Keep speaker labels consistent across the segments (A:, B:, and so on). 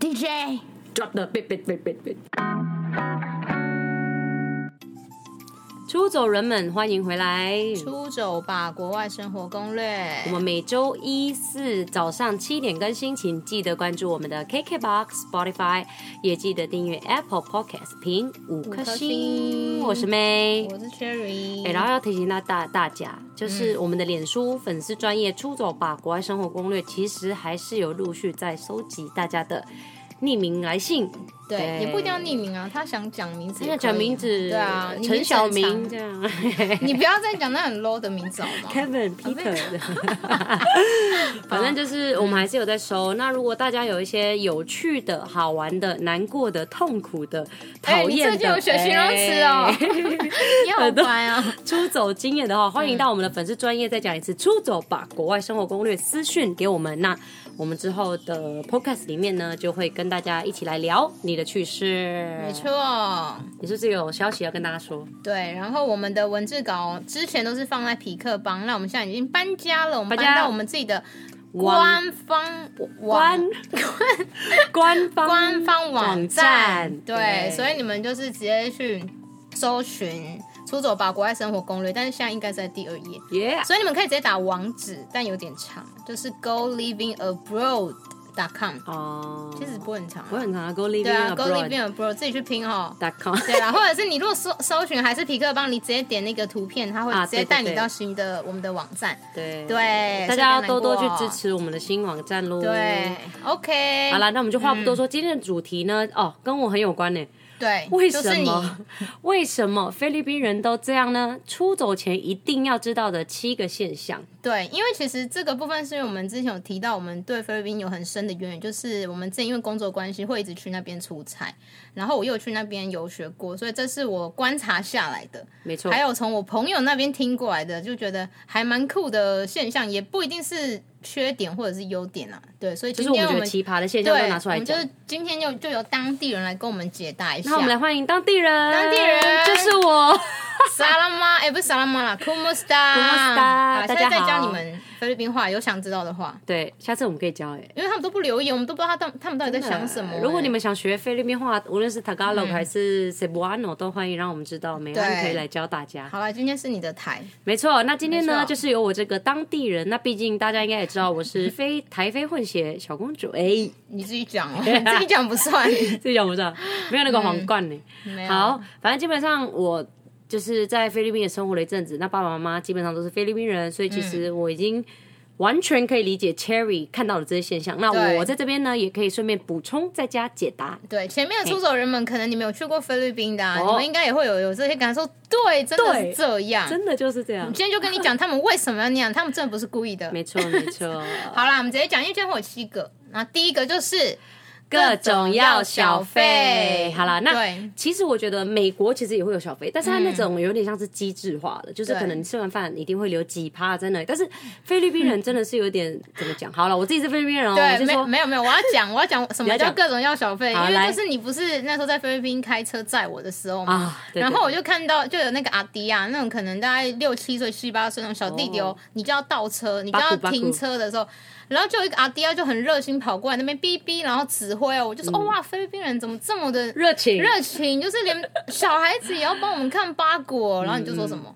A: DJ。
B: drop the beat beat beat beat beat。
C: 出走人们，欢迎回来。
A: 出走吧，国外生活攻
C: 我
A: 略。
C: 们每周一、四早上七点更新，请记得关注我们的 KKBOX、Spotify，也记得订阅 Apple Podcast，评五颗星。
A: 五颗星
C: 我是 May，
A: 我是 Cherry，、
C: 哎、然后要提醒大大大家，就是我们的脸书粉丝专业出走吧国外生活攻略，其实还是有陆续在收集大家的匿名来信，
A: 对，
C: 对
A: 也不一定要匿名啊，他想讲名字也可以，
C: 因为讲名字，
A: 对啊，你名
C: 陈
A: 字
C: 小
A: 很
C: 明
A: 长
C: 这，样
A: 你不要再讲那很 low 的名字好吗？
C: ，Kevin Peter，反正就是我们还是有在收。那如果大家有一些有趣的、好玩的、难过的、痛苦的、
A: 哎
C: 讨厌的，
A: 你最近有学形容词哦
C: 哎
A: 你好乖啊！
C: 出走经验的话，欢迎到我们的粉丝专业再讲一次出走吧国外生活攻略私讯给我们。那我们之后的 podcast 里面呢，就会跟大家一起来聊你的趣事。
A: 没，错，
C: 你是不是有消息要跟大家说？
A: 对。然后我们的文字稿之前都是放在匹克帮，那我们现在已经搬家了，我们
C: 搬家
A: 搬到我们自己的
C: 网
A: 官方
C: 官
A: 网
C: 官方
A: 官方网站，对，所
C: 以
A: 以你们就是直接去搜寻《出走吧国外生活攻略》，但是现在应该是在第二页，
C: 耶
A: 所以你们可以直接打网址，但有点长，就是 go living abroad com，
C: 哦，
A: 其实不会很长啊、
C: 我很常 go living
A: 对啊，go
C: abroad
A: living abroad 自己去拼哦。
C: dot com
A: 对啦，或者是你如果搜搜寻还是皮克帮，你直接点那个图片，它会
C: 啊
A: 直接
C: 对对
A: 带你
C: 对
A: 到新的我们的网站。
C: 对
A: 对，
C: 大家要
A: 所以不
C: 多
A: 难过
C: 多去支。持我们的新网站喽。
A: 对。，OK，哎
C: 好啦，，那我们就话不多说，今天的主题呢，哦，跟我很有关呢、
A: 对，
C: 为
A: 就
C: 什
A: 是你
C: 么？ 为什么菲律宾人都这样呢？出走前一定要知道的七个现象。
A: 对，因为其实这个部分是因为我们之前有提到，我们对菲律宾有很深的渊源，就是我们之前因为工作关系会一直去那边出差，然后我又去那边游学过，所以这是我观察下来的，
C: 没错
A: 还，有从我朋友那边听过来的，就觉得还蛮酷的现象，也不一定是缺点或者是优点啊。对，所以
C: 就
A: 今
C: 是我
A: 天
C: 们
A: 我
C: 觉
A: 们
C: 得奇葩的现象
A: 对，
C: 都拿出来
A: 我们就
C: 讲。
A: 是今天又就由当地人来跟我们解答一下。
C: 那我们来欢迎当地人，
A: 当地人
C: 就是我。
A: 萨拉玛，哎，不是萨拉玛啦，库姆斯达，
C: Kumusta，大
A: 好下
C: 家
A: 次再
C: 好
A: 教你们菲律宾话，有想知道的话。
C: 对，下次我们可以教哎、
A: 因为他们都不留言，我们都不知道他到他们到底在想什么、欸
C: 呃如果你
A: 们
C: 们想学菲律宾话，无论是 Tagalog 还是 Cebuano，都欢迎让我们知道，每
A: 对
C: 晚可以来教大家。
A: 好了，今天是你的 台，
C: 没错，那今天
A: 没
C: 呢，
A: 错
C: 就是由我这个当地人，那毕竟大家应该也知道，我是非台非混血小公主，哎、
A: 你自己讲哦，
C: 啊
A: 你自己讲 不算。
C: 自己讲不知道，没有那个皇冠呢、
A: 嗯没有
C: 好，，反正基本上我就是在菲律宾也生活了一阵子，那爸爸妈妈基本上都是菲律宾人，所以其实
A: 嗯
C: 我已经完全可以理解 Cherry 看到的这些现象。那
A: 对
C: 我在这边呢，也可以顺便补充再加解答。
A: 对，前面的出走人们，可能你们有去过菲律宾的、啊，
C: 哦
A: 你们应该也会有有这些感受。对，真的是
C: 对
A: 这样。
C: 真的就是这样
A: 今，天就跟你讲他们为什么要那样，他们真的不是故意的。
C: 没错 没错。
A: 好啦，我们直接讲，因为今天会有七个。那第一个就是
C: 各种要小费，好啦，那
A: 对
C: 其实我觉得美国其实也会有小费，但是它那种有点像是机制化的，就是
A: 对
C: 可能你吃完饭一定会留几趴在那里。但是菲律宾人真的是有点怎么讲？好了，我自己是菲律宾人哦，我
A: 对，
C: 就
A: 没
C: 说
A: 没有没有，我要讲我要讲什么
C: 要
A: 叫
C: 讲
A: 各种要小费，因
C: 好
A: 为
C: 来
A: 就是你不是那时候在菲律宾开车载我的时候嘛，
C: 啊，对
A: 然
C: 对
A: 后我就看到就有那个阿迪亚那种可能大概六七岁、七八岁那种小弟弟
C: 哦
A: 哦，你就要倒车，你就
C: 巴
A: 要
C: 库巴库
A: 停车的时候，然后就有一个阿迪啊亚就很热心跑过来那边哔哔，然后指挥哦，我就说、哦
C: 嗯
A: 哇，菲律宾人怎么这么的
C: 热情，
A: 热情，就是连小孩子也要帮我们看八果，然后你就说什
C: 嗯
A: 么？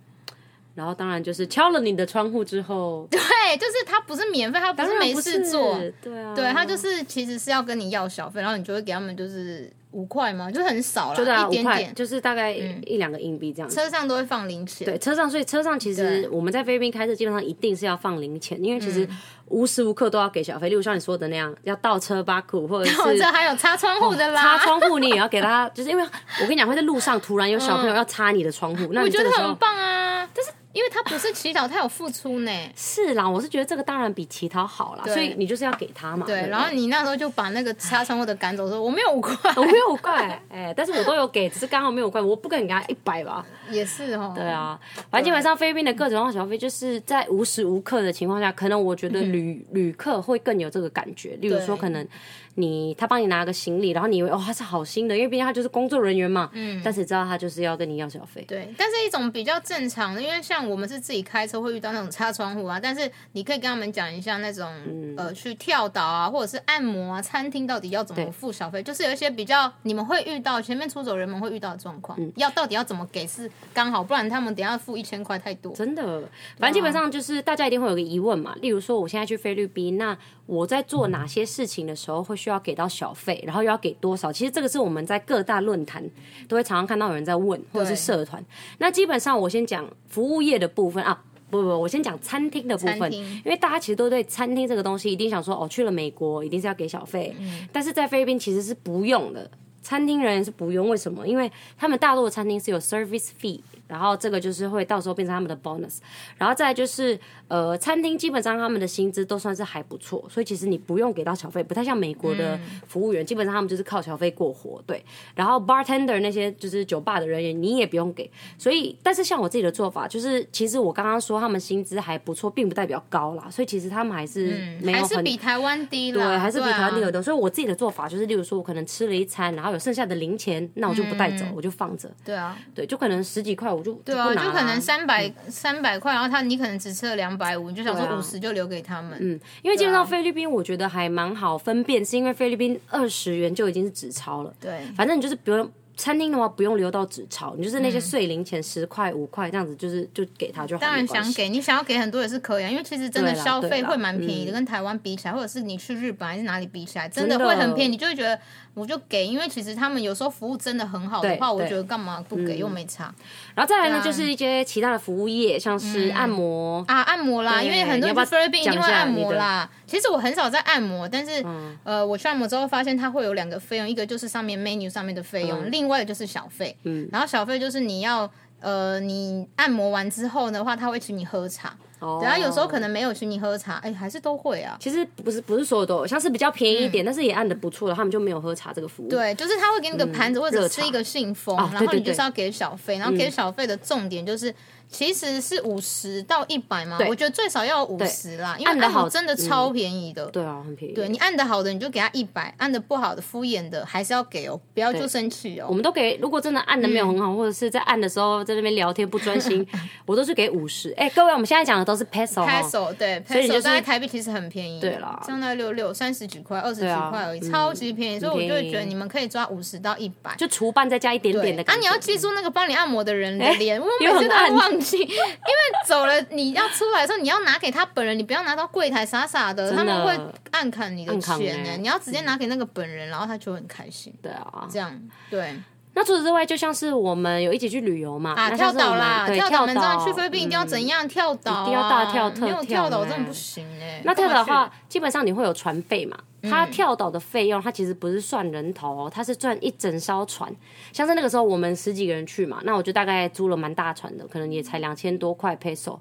C: 然后当然就是敲了你的窗户之后，
A: 对，就是他不是免费，他不
C: 当
A: 是
C: 然
A: 没
C: 不
A: 事做，
C: 对啊，
A: 对他就是其实是要跟你要小费，然后你就会给他们就是五块嘛，就是很少
C: 就
A: 啦，
C: 大
A: 一
C: 概五
A: 点
C: 块，
A: 点，嗯
C: 就是大概一两个硬币这样子。
A: 车上都会放零钱。
C: 对，车上，所以车上其实
A: 对嗯
C: 我们在菲律宾开车，基本上一定是要放零钱，因为其实无时无刻都要给小费。例如像你说的那样，要倒车巴库，或 者
A: 我
C: 是哦
A: 这还有擦窗户的啦，
C: 擦窗户，你也要给他，就是因为我跟你讲，会在路上突然有小朋友要擦你的窗 户，那
A: 我
C: 你
A: 觉
C: 这
A: 得
C: 个时
A: 很
C: 候
A: 棒啊。但是因为他不是祈祷，他有付出呢。
C: 是啦，我是觉得这个当然比乞讨好啦，
A: 对
C: 所以你就是要给他嘛。不
A: 对，然后你那时候就把那个擦窗户的赶走，说我没有五块，
C: 我没有怪，哎、但是我都有给，只是刚好没有怪，我不敢给他一百吧。
A: 也是哦。
C: 对啊，反正基本上菲律宾的各种化小费，就是在无时无刻的情况下，可能我觉得旅、旅客会更有这个感觉。例如
A: 对
C: 说，可能你他帮你拿个行李，然后你以为哦他是好心的，因为毕竟他就是工作人员嘛，嗯，但谁知道他就是要跟你要小费。
A: 对，但是一种比较正常的，因为像像我们是自己开车会遇到那种擦窗户啊，但是你可以跟他们讲一下那种、
C: 嗯
A: 呃去跳岛啊，或者是按摩啊，餐厅到底要怎么
C: 对
A: 付小费，就是有一些比较你们会遇到前面出走人们会遇到的状况，
C: 嗯
A: 要到底要怎么给是刚好，不然他们等一下付一千块太多。
C: 真的，反正基本上就是大家一定会有个疑问嘛，例如说我现在去菲律宾，那我在做哪些事情的时候会需要给到小费，然后又要给多少？其实这个是我们在各大论坛都会常常看到有人在问，或者是社团。那基本上我先讲服务业的部分啊。不不，我先讲餐厅的部
A: 餐
C: 分，
A: 厅
C: 因为大家其实都对餐厅这个东西一定想说，哦，去了美国一定是要给小费，
A: 嗯
C: 但是在菲律宾其实是不用的，餐厅人员是不用，为什么？因为他们大陆的餐厅是有 service fee，然后这个就是会到时候变成他们的 bonus，然后再来就是呃，餐厅基本上他们的薪资都算是还不错，所以其实你不用给到小费，不太像美国的
A: 嗯
C: 服务员，基本上他们就是靠小费过活，对。然后 bartender 那些就是酒吧的人员，你也不用给。所以，但是像我自己的做法，就是其实我刚刚说他们薪资还不错，并不代表高啦，所以其实他们还是没有
A: 嗯还
C: 很、
A: 是比台湾低啦，
C: 对，还是比
A: 对啊
C: 台湾低很多。所以我自己的做法就是，例如说我可能吃了一餐，然后有剩下的零钱，那我就不带走，我就放着。
A: 对啊，
C: 对，就可能十几块，我就对
A: 嗯对啊，
C: 不拿
A: 就可能
C: 啦嗯
A: 三百三百块，然后他你可能只吃了两百五，你就想
C: 对
A: 说
C: 啊
A: 五十就留给他们，
C: 嗯，因为基本
A: 啊
C: 上菲律宾我觉得还蛮好分辨，是因为菲律宾二十元就已经是纸钞了。
A: 对，
C: 反正你就是不用餐厅的话，不用留到纸钞，你就是那些碎零钱十块五块这样子，就是就给他就好。
A: 当然
C: 没关
A: 想
C: 系
A: 给你想要给很多也是可以啊，因为其实真的
C: 对啦
A: 消
C: 对
A: 费
C: 啦嗯
A: 会蛮便宜的，跟台湾比起来，或者是你去日本还是哪里比起来，真的
C: 真的
A: 会很便宜，你就会觉得我就给，因为其实他们有时候服务真的很好的
C: 对
A: 话，我
C: 对嗯
A: 觉得干嘛不给又没差
C: 然后再来呢，
A: 对啊
C: 就是一些其他的服务业，像是按摩。
A: 啊。按摩啦，
C: 对
A: 因为很多
C: 你要
A: 人
C: 不要
A: 去菲律宾一定
C: 讲
A: 会
C: 一下
A: 按
C: 你
A: 摩
C: 的嗯
A: 啦。其实我很少在按摩，但是呃，我去按摩之后发现它会有两个费用，一个就是上面 menu 上面的费
C: 嗯
A: 用，另外一个就是小费。嗯，然后小费就是你要。呃，你按摩完之后的话，他会请你喝茶，
C: 哦
A: 然后啊有时候可能没有请你喝茶，哎，还是都会啊。
C: 其实不是不是所有都有，像是比较便宜一点，但是也按的不错的，他们就没有喝茶这个服务。
A: 嗯对，就是他会给你个盘子、或者
C: 嗯热
A: 是
C: 茶
A: 一个信封，
C: 啊
A: 然
C: 对
A: 后
C: 对
A: 你就
C: 对嗯
A: 是要给小费，然后给小费的重点就是。其实是五十到一百嘛，
C: 对
A: 我觉得最少要五十啦，因为
C: 按得
A: 按摩
C: 好嗯
A: 真的超便宜的。
C: 对啊，很便宜。
A: 对你按的好的你就给他一百，按的不好的敷衍的还是要给哦，不要就生气
C: 我
A: 哦。
C: 们都给，如果真的按的没有很
A: 嗯
C: 好，或者是在按的时候在那边聊天不专 心，我都是给五十。哎，各位，我们现在讲的都是 peso 哈
A: peso 对
C: 哦以你就
A: ，peso
C: 是
A: 大概台币其实很便宜，
C: 对啦
A: 相当于六六三十几块、二十几
C: 啊
A: 块而已，超级便宜。所以我就
C: 便
A: 会
C: 宜
A: 觉得你们可以抓五十到一百，
C: 就除半再加一点点的
A: 啊，
C: 感觉。哎
A: 你要记住那个帮你按摩的人的脸，我每
C: 又很
A: 次都会
C: 暗
A: 忘记，因为走了你要出来的时候，你要拿给他本人，你不要拿到柜台傻傻的，
C: 真
A: 他
C: 的
A: 们会暗砍你的
C: 暗砍
A: 钱呢、
C: 欸
A: 你要直接拿给那个本人，然后他就会很开心。
C: 对啊，
A: 这样对
C: 那除此之外，就像是我们有一起去旅游嘛，
A: 啊，
C: 那像
A: 跳
C: 是我
A: 岛
C: 们
A: 啦，
C: 对，
A: 岛，
C: 跳
A: 我们知道
C: 岛嗯
A: 去菲律宾一定要怎样跳岛啊，
C: 一定要大跳特
A: 没有
C: 跳
A: 跳岛
C: 欸
A: 真的不行哎。
C: 那跳岛的
A: 干嘛去嗯
C: 话，，基本上你会有船费嘛？它跳岛的费用，它其实不是算人头、哦，它是赚一整艘船。像是那个时候我们十几个人去嘛，那我就大概租了蛮大船的，可能也
A: 嗯
C: 才两千多块 peso。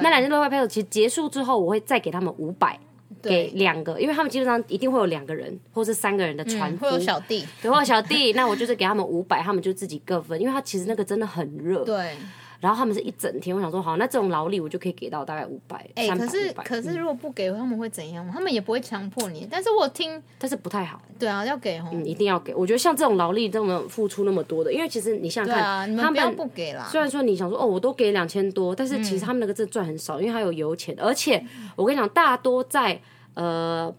C: 那两千多块 peso，其实结束之后，我会再给他们五百，给
A: 对，
C: 两个，因为他们基本上一定会有两个人或是三个人的船
A: 嗯
C: 夫，
A: 会有小弟，
C: 对，或者小弟。 那我就是给他们五百，他们就自己各分，因为他其实那个真的很热。
A: 对。
C: 然后他们是一整天，我想说好，那这种劳力我就可以给到大概五百、
A: 哎、
C: 三百、
A: 可是
C: 五百，嗯
A: 可是如果不给他们会怎样吗？他们也不会强迫你，但是我听
C: 但是不太好。
A: 对啊，要给哦。
C: 嗯一定要给。我觉得像这种劳力这么付出那么多的，因为其实你想想
A: 对
C: 看，
A: 啊，你
C: 他
A: 们不要
C: 们
A: 不嗯给啦。
C: 虽然说你想说哦，我都给两千多，但是其实他们那个真的赚很少，因为还有油钱，而且我跟你讲，大多在呃。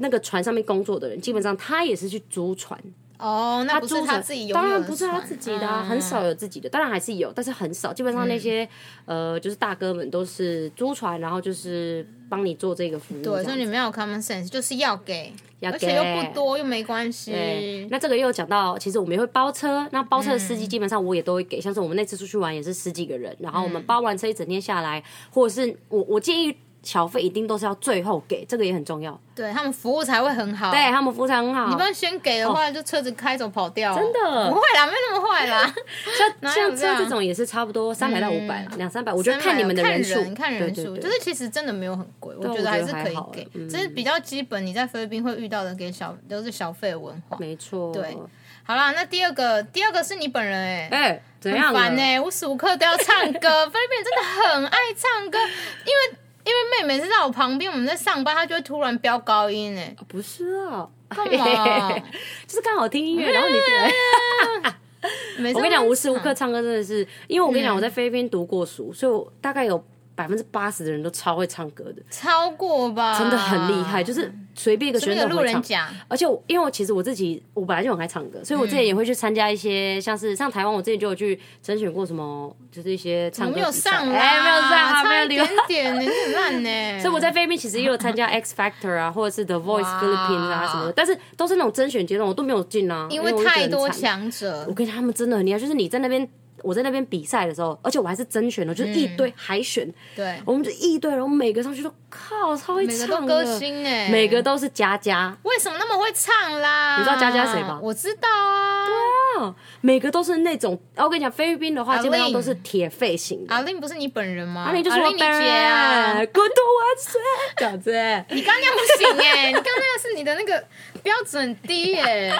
C: 那个船上面工作的人，基本上他也是去租船，
A: 哦，那不
C: 租
A: 是
C: 船
A: 他自己拥有的
C: 当
A: 嗯船，
C: 然不是他自己的、啊，很少有自己的，当然还是有，但是很少。基本上
A: 嗯
C: 那些、呃，就是大哥们都是租船，然后就是帮你做这个服务这
A: 对，
C: 样子。
A: 所以你没有 common sense，就是要给，
C: 要
A: 而且又
C: 给
A: 不多，又没关
C: 对
A: 系，。
C: 那这个又讲到，其实我们也会包车，那包车的司机
A: 嗯
C: 基本上我也都会给，像是我们那次出去玩也是十几个人，然后我
A: 嗯
C: 们包完车一整天下来，或者是我我建议小费一定都是要最后给，这个也很重要，
A: 对他们服务才会很好。
C: 对，他们服务才很好。
A: 你不要先给的话，就车子开走跑掉。真
C: 的
A: 不会啦，没那么坏啦。
C: 像
A: 有
C: 像
A: 这样嗯
C: 车这种也是差不多三百到五百啦，两三百，我觉得看你们的
A: 看人
C: 数，
A: 看人
C: 对
A: 数，
C: 对对
A: 就是其实真的没有很贵，我觉
C: 我觉
A: 得
C: 得
A: 还是
C: 还
A: 可以
C: 好
A: 给
C: 欸，嗯
A: 这是比较基本你在菲律宾会遇到的给小都是小费的文化。
C: 没错。
A: 对好啦，那第二个，第二个是你本人哎、
C: 哎、怎样
A: 很
C: 了？
A: 烦欸呢、无时无刻都要唱歌。 菲律宾人真的很爱唱歌，因为因为妹妹是在我旁边，我们在上班，她就会突然飙高音哎、
C: 不是啊，
A: 干嘛？哎
C: 就是刚好听音乐，然后你觉得。
A: 每
C: 哎
A: 次
C: 我跟你讲，
A: 都
C: 无时无刻唱歌真的是，因为我跟你
A: 嗯
C: 讲，我在菲律宾读过书，所以我大概有百分之八十的人都超会唱歌的，
A: 超过吧，
C: 真的很厉害，就是随便一个
A: 啊随
C: 学
A: 便
C: 生
A: 有
C: 都
A: 路
C: 会唱
A: 人。甲，
C: 而且我因为我其实我自己我本来就很爱唱歌，所以我之
A: 嗯
C: 前也会去参加一些像是像台湾，我之前就有去甄选过什么，就是一些
A: 我
C: 唱歌
A: 没有
C: 比赛
A: 上啦，
C: 哎没有上啊，没
A: 差
C: 有
A: 一
C: 理
A: 点
C: 由。
A: 点，你很烂 呢。
C: 所以我在菲律宾其实也有参加 X Factor 啊，或者是 The Voice
A: 嗯哇
C: Philippines 啊什么的，但是都是那种甄选阶段，我都没有进啊，
A: 因
C: 为我
A: 为
C: 就觉得
A: 太
C: 很
A: 多
C: 惨
A: 强者
C: 我，跟你讲他们真的很厉害，就是你在那边，我在那边比赛的时候，而且我还是甄选的，就是一堆海选，
A: 嗯对，
C: 我们就一堆，然后每个上去都靠，超会
A: 每个
C: 唱
A: 都
C: 的，
A: 歌星哎，
C: 每个都是佳佳，
A: 为什么那么会唱啦？
C: 你知道佳佳谁吗
A: 我知道啊，
C: 啊，每个都是那种，啊我跟你讲，菲律宾的话
A: 阿
C: 基本上
A: 令
C: 都是铁肺型的，
A: 阿令不是你本人吗？
C: 阿玲就是
A: 阿
C: 我
A: 令你
C: 本
A: 姐啊，
C: 人，滚筒万岁，这样子。
A: 你刚刚那样不行哎、你刚刚那个是你的那个标准低 哎、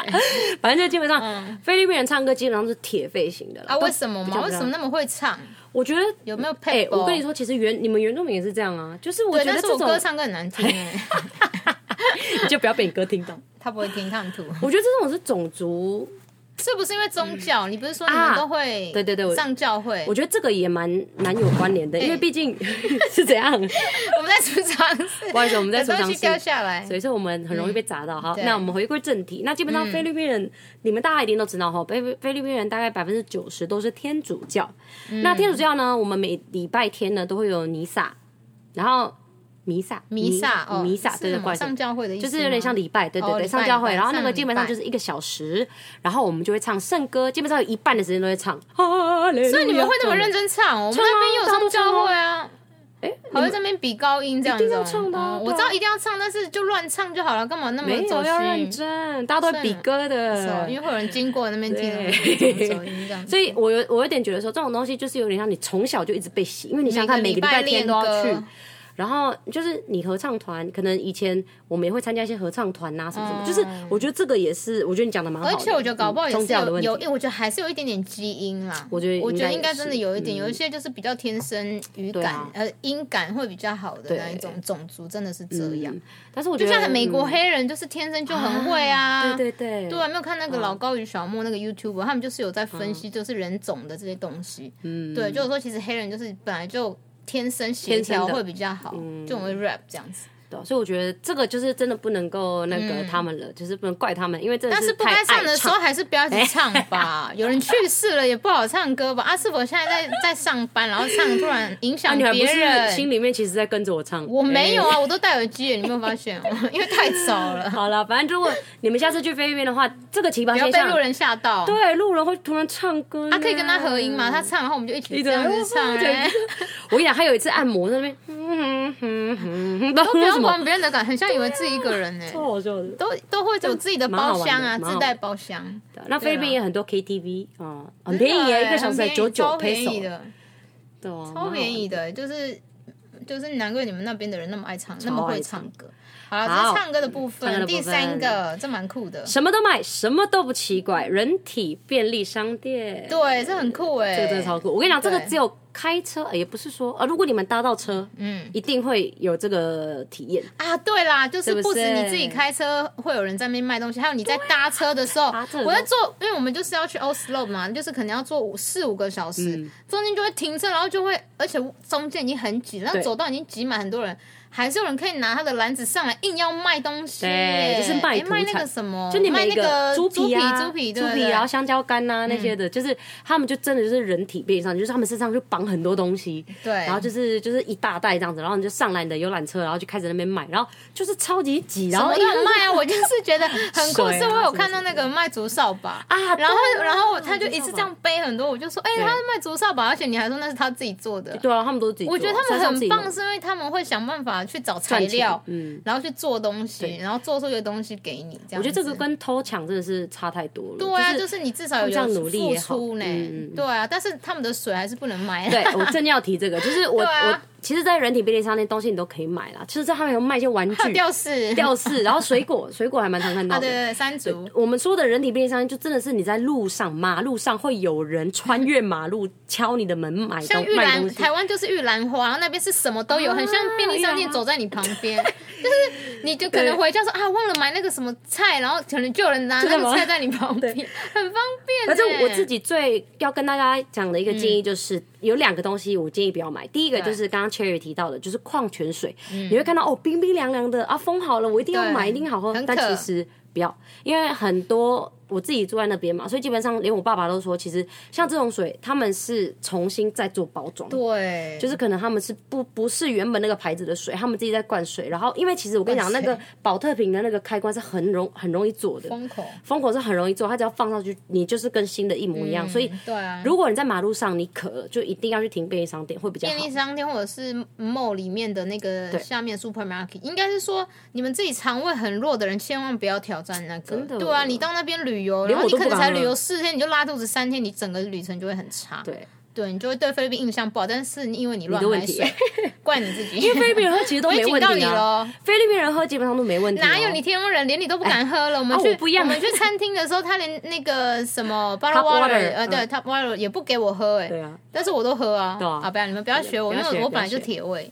C: 反正就基本上、菲律宾人唱歌基本上是铁肺型的啦
A: 嗯啊，为什么嘛？
C: 嘛？
A: 为什么？那么会唱？
C: 我觉得
A: 有没有
C: 哎、
A: 配、
C: 我跟你，说，其实原你们原住民也是这样啊，就是我
A: 对，
C: 觉
A: 但
C: 得
A: 是
C: 这
A: 我
C: 种
A: 歌唱歌 很难听哎、
C: 你就不要被你哥听到。
A: 他不会听，他很土。
C: 我觉得这种是种族，
A: 是不是因为宗教？你不是说你们
C: 啊
A: 都会、
C: 对对对我
A: 上教会？
C: 我觉得这个也蛮蛮有关联
A: 哎
C: 的，因为毕竟 是怎样，
A: 我们在出场是，
C: 不好意思，我们在
A: 有
C: 说
A: 东
C: 尝
A: 西
C: 试。
A: 掉下来
C: 所。以说我们很容易被砸到哈。
A: 哎嗯对嗯
C: 那我们回归正题，那基本上菲律宾人，你们大家一定都知道哈，菲菲律宾人大概百分之九十都是天主教。
A: 嗯
C: 那天主教呢，我们每礼拜天呢都会有弥撒，然后弥撒、
A: 弥撒哦，
C: 弥撒，
A: 是
C: 对
A: 什
C: 对，
A: 么
C: 不好意思
A: 上教会的意思
C: 就
A: 吗，
C: 是有点像礼拜，对对
A: 哦
C: 对，
A: 礼
C: 上
A: 拜
C: 教会，
A: 礼拜
C: 然后那
A: 上
C: 个
A: 礼
C: 基本上
A: 拜
C: 就是一个小时，然后我们就会唱圣歌，基本上有一半的时间都会唱。所
A: 所以你们会那么认？真唱？我们那边也有上教会啊，
C: 哎，
A: 还会在那边比高音这样子、哦。
C: 一定要唱的啊
A: 哦
C: 对啊
A: 我知道一定要唱，但是就乱唱就好了，干嘛那么
C: 没
A: 走
C: 有
A: 心
C: 要认真，大家都会比歌
A: 走
C: 的
A: 因。为会有人经过那边听，
C: 对
A: 怎么走音这样。
C: 所以我有我有点觉得说，这种东西就是有点像你从小就一直被洗，因为你想想看，
A: 每
C: 每
A: 个
C: 个
A: 啊礼
C: 礼拜
A: 拜
C: 天都要
A: 练
C: 去
A: 歌。
C: 然后就是你合唱团，可能以前我们也会参加一些合唱团呐、什么什么，就是我觉得这个也是，我觉得你讲的蛮好的。
A: 嗯而且我觉得搞不好
C: 嗯
A: 也
C: 宗
A: 是
C: 教的
A: 有
C: 问题
A: 有，因为我觉得还是有一点点基因啦。
C: 我觉得
A: 我觉得应
C: 应该
A: 该
C: 也是嗯
A: 真的有一点，有一些就是比较天生语
C: 对
A: 感、
C: 啊
A: 呃音感会比较好的那一种种族，真的是这样。
C: 嗯但是我觉
A: 就
C: 得
A: 像美国
C: 嗯
A: 黑人就是天生就很会啊，
C: 对对对，
A: 对啊，没有看那个老高与小莫那个 YouTube，、他们就是有在分
C: 嗯
A: 析，就是人种的这些东西。嗯，对，就是说其实黑人就是本来就天生协调
C: 天生的嗯
A: 会比较好，就很会 rap 这样子。
C: 对啊所以我觉得这个就是真的不能够那个他们了，就是不能怪他们，因为真的
A: 嗯但是不
C: 太
A: 该
C: 爱
A: 唱
C: 唱哎
A: 的时候还是不要一直唱 吧。有人去世了也不好唱歌吧？啊，是我现在在在上班，然后唱突然影响
C: 啊你还不
A: 别
C: 是心
A: 人。
C: 里面其实在跟着我唱？
A: 我没有
C: 哎。
A: 啊，我都戴耳机耶，你没有发现 哦？因为太早了，
C: 好了，反正如果你们下次去菲律宾的话，这个奇葩
A: 不要
C: 现
A: 被
C: 象
A: 路，人吓到。
C: 对路人会突然唱歌，
A: 他可以跟他合音嘛？他唱，然后我们就一起这样子
C: 嗯
A: 唱。
C: 一直
A: 哎
C: 我跟你讲，他有一次按摩在那边，嗯哼哼哼，
A: 都不
C: 都
A: 用
C: 什么，
A: 管别人的感，很像以为自己一个人呢、
C: 超好笑的。
A: 都都会有自己的包厢啊，
C: 啊蛮好玩的蛮好玩的
A: 自带包厢，
C: 那菲律宾也很多 KTV 啊，很便宜耶，
A: 对
C: 一个小时才
A: 很便
C: 九
A: 宜
C: 九
A: 哎超
C: p
A: 便
C: e
A: 宜
C: s
A: 的，
C: 对啊，
A: 超便宜的，就是就是难怪你们那边的人那么爱唱，那么会唱歌。好啦，这
C: 好
A: 是唱歌的部
C: 唱歌
A: 分，
C: 的部
A: 第
C: 分
A: 三个这蛮酷的，
C: 什么都卖，什么都不奇怪，人体便利商店。
A: 对，这很酷哎，
C: 这个真的超酷！我跟你讲，这
A: 对
C: 个只有开车，呃也不是说，呃，如果你们搭到车，嗯，一定会有这个体验。
A: 啊，对啦，就是
C: 是
A: 不
C: 不
A: 止
C: 是
A: 你自己开车会有人在那边卖东西，还有你在搭车的时候
C: 啊搭车，的
A: 我在
C: 时候
A: 坐，因为我们就是要去 Oslo 嘛，就是可能要坐五四五个小时，
C: 嗯
A: 中间就会停车，然后就会，而且中间已经很挤，然后
C: 对
A: 走道已经挤满很多人，还是有人可以拿他的篮子上来硬要卖东西
C: 对
A: 耶，
C: 就是卖
A: 卖
C: 土
A: 卖那
C: 产
A: 个什么，
C: 就你
A: 卖
C: 每
A: 那
C: 一
A: 个
C: 猪
A: 皮
C: 啊、
A: 猪
C: 猪
A: 皮
C: 皮，
A: 对对嗯
C: 然后香蕉干呐那些的，就是他们就真的就是人体便利商店，就是他们身上就绑很多东西，
A: 对
C: 然后就是就是一大袋这样子，然后你就上来你的游览车，然后就开始在那边买，然后就是超级挤，然
A: 然
C: 后
A: 后
C: 一
A: 要卖啊，我就是觉得很酷，
C: 水啊
A: 是我有看到那个卖竹扫把
C: 啊
A: 然后
C: 对
A: 然后他就
C: 竹扫
A: 一
C: 把
A: 次这样背很多，我就说，哎，
C: 对
A: 他是卖竹扫把，而且你还说那是他自己做的。
C: 对啊，他们都是自己做，
A: 我觉得他
C: 山
A: 们
C: 上自
A: 很
C: 己弄
A: 棒，是因为他们会想办法去找材
C: 赚钱
A: 料，
C: 嗯，
A: 然后去做东西，然后做出一个东西给你。这
C: 我
A: 样子，
C: 觉得这个跟偷抢真的是差太多了，
A: 对啊，
C: 是
A: 就是你至少有
C: 这样努力
A: 付
C: 也好
A: 出呢
C: 嗯嗯，嗯
A: 对啊。但是他们的水还是不能啊买，
C: 对，我正要提这个，就是我、
A: 对啊
C: 我其实，在人体便利商店东西你都可以买啦，就是在他们有卖一些玩
A: 还有
C: 具、
A: 吊饰
C: 吊饰， 然后水果，水果还蛮常看
A: 啊，
C: 到
A: 对
C: 的。
A: 对对，山竹。
C: 我们说的人体便利商店，就真的是你在路上，马路上会有人穿越马路敲你的门买
A: 像
C: 东
A: 玉
C: 卖
A: 兰
C: 东，西
A: 台。湾就是玉兰花，然后那边是什么都有，很像便利商店
C: 玉兰花
A: 走在你旁边，就是你就可能回家说啊，忘了买那个什么菜，然后可能就有人拿那
C: 真的
A: 个
C: 吗
A: 菜在你旁边，很方便。欸
C: 反正我自，己最要跟大家讲的一个建议就是，有两个东西我建议不要买。第一个就是刚刚 Cherry 提到的，就是矿泉水，
A: 嗯
C: 你会看到哦冰冰凉凉的啊，封好了，我一定要
A: 对
C: 买，一定好喝
A: 很。
C: 但
A: 渴
C: 其实不要，因为很多我自己住在那边嘛，所以基本上连我爸爸都说，其实像这种水，他们是重新再做包装。
A: 对，
C: 就是可能他们是不不是原本那个牌子的水，他们自己在灌水，然后因为其实我跟你讲，那
A: 灌水
C: 个保特瓶的那个开关是很容很容易做的，
A: 封口
C: 封口是很容易做，它只要放上去，你就是跟新的一模一样。所以，
A: 对啊。
C: 如果你在马路上你渴了，就一定要去停便利商店，会比较好
A: 便。利商店或者是 mall 里面的那个下面 supermarket，应该是说你们自己肠胃很弱的人千万不要挑战那个。
C: 的
A: 对啊，你到那边旅游，然
C: 我
A: 后你
C: 都
A: 可
C: 不
A: 能
C: 敢
A: 才
C: 喝
A: 旅游四天，你就拉肚子三天，你整个旅程就会很差。
C: 对，
A: 对，你就会对菲律宾印象不好，但是因为你乱
C: 的问
A: 买
C: 题
A: 水，怪你自己。
C: 因为菲律宾人喝其实都
A: 我已
C: 没
A: 经
C: 问
A: 到
C: 题
A: 你
C: 啊，
A: 了。
C: 菲律宾人喝基本上都没问题、
A: 哪有你？天龙人，连你都不敢喝了？我们
C: 啊
A: 去、
C: 我不一样
A: 我们去餐厅的时候，他连那个什么 bottle
C: Tap water，
A: water，呃，
C: 嗯
A: 对，top water 也不给我喝、哎，
C: 对啊。
A: 但是我都喝啊。
C: 对啊
A: 不要你们不要学我，
C: 不
A: 因
C: 要学
A: 为我
C: 不要
A: 本来就
C: 学
A: 铁胃。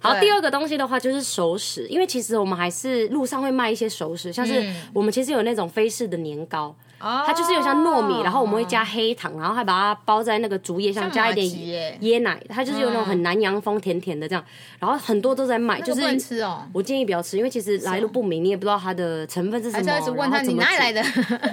C: 好，
A: 对
C: 第二个东西的话就是熟食，因为其实我们还是路上会卖一些熟食，像是我们其实有那种菲式的年糕，
A: 嗯哦
C: 它就是有像糯米，然后我们会加黑糖，然后还把它包在那个竹叶上，
A: 像
C: 加一点
A: 马吉耶
C: 椰奶，它就是有那种很南洋风甜甜的这样，然后很多都在卖，
A: 那
C: 就
A: 个
C: 是
A: 不能吃哦。
C: 我建议不要吃，因为其实来路不明，你也不知道它的成分是什
A: 还
C: 么。
A: 是要一直问
C: 然
A: 他
C: 后怎
A: 你
C: 么
A: 哪里
C: 煮
A: 来？的，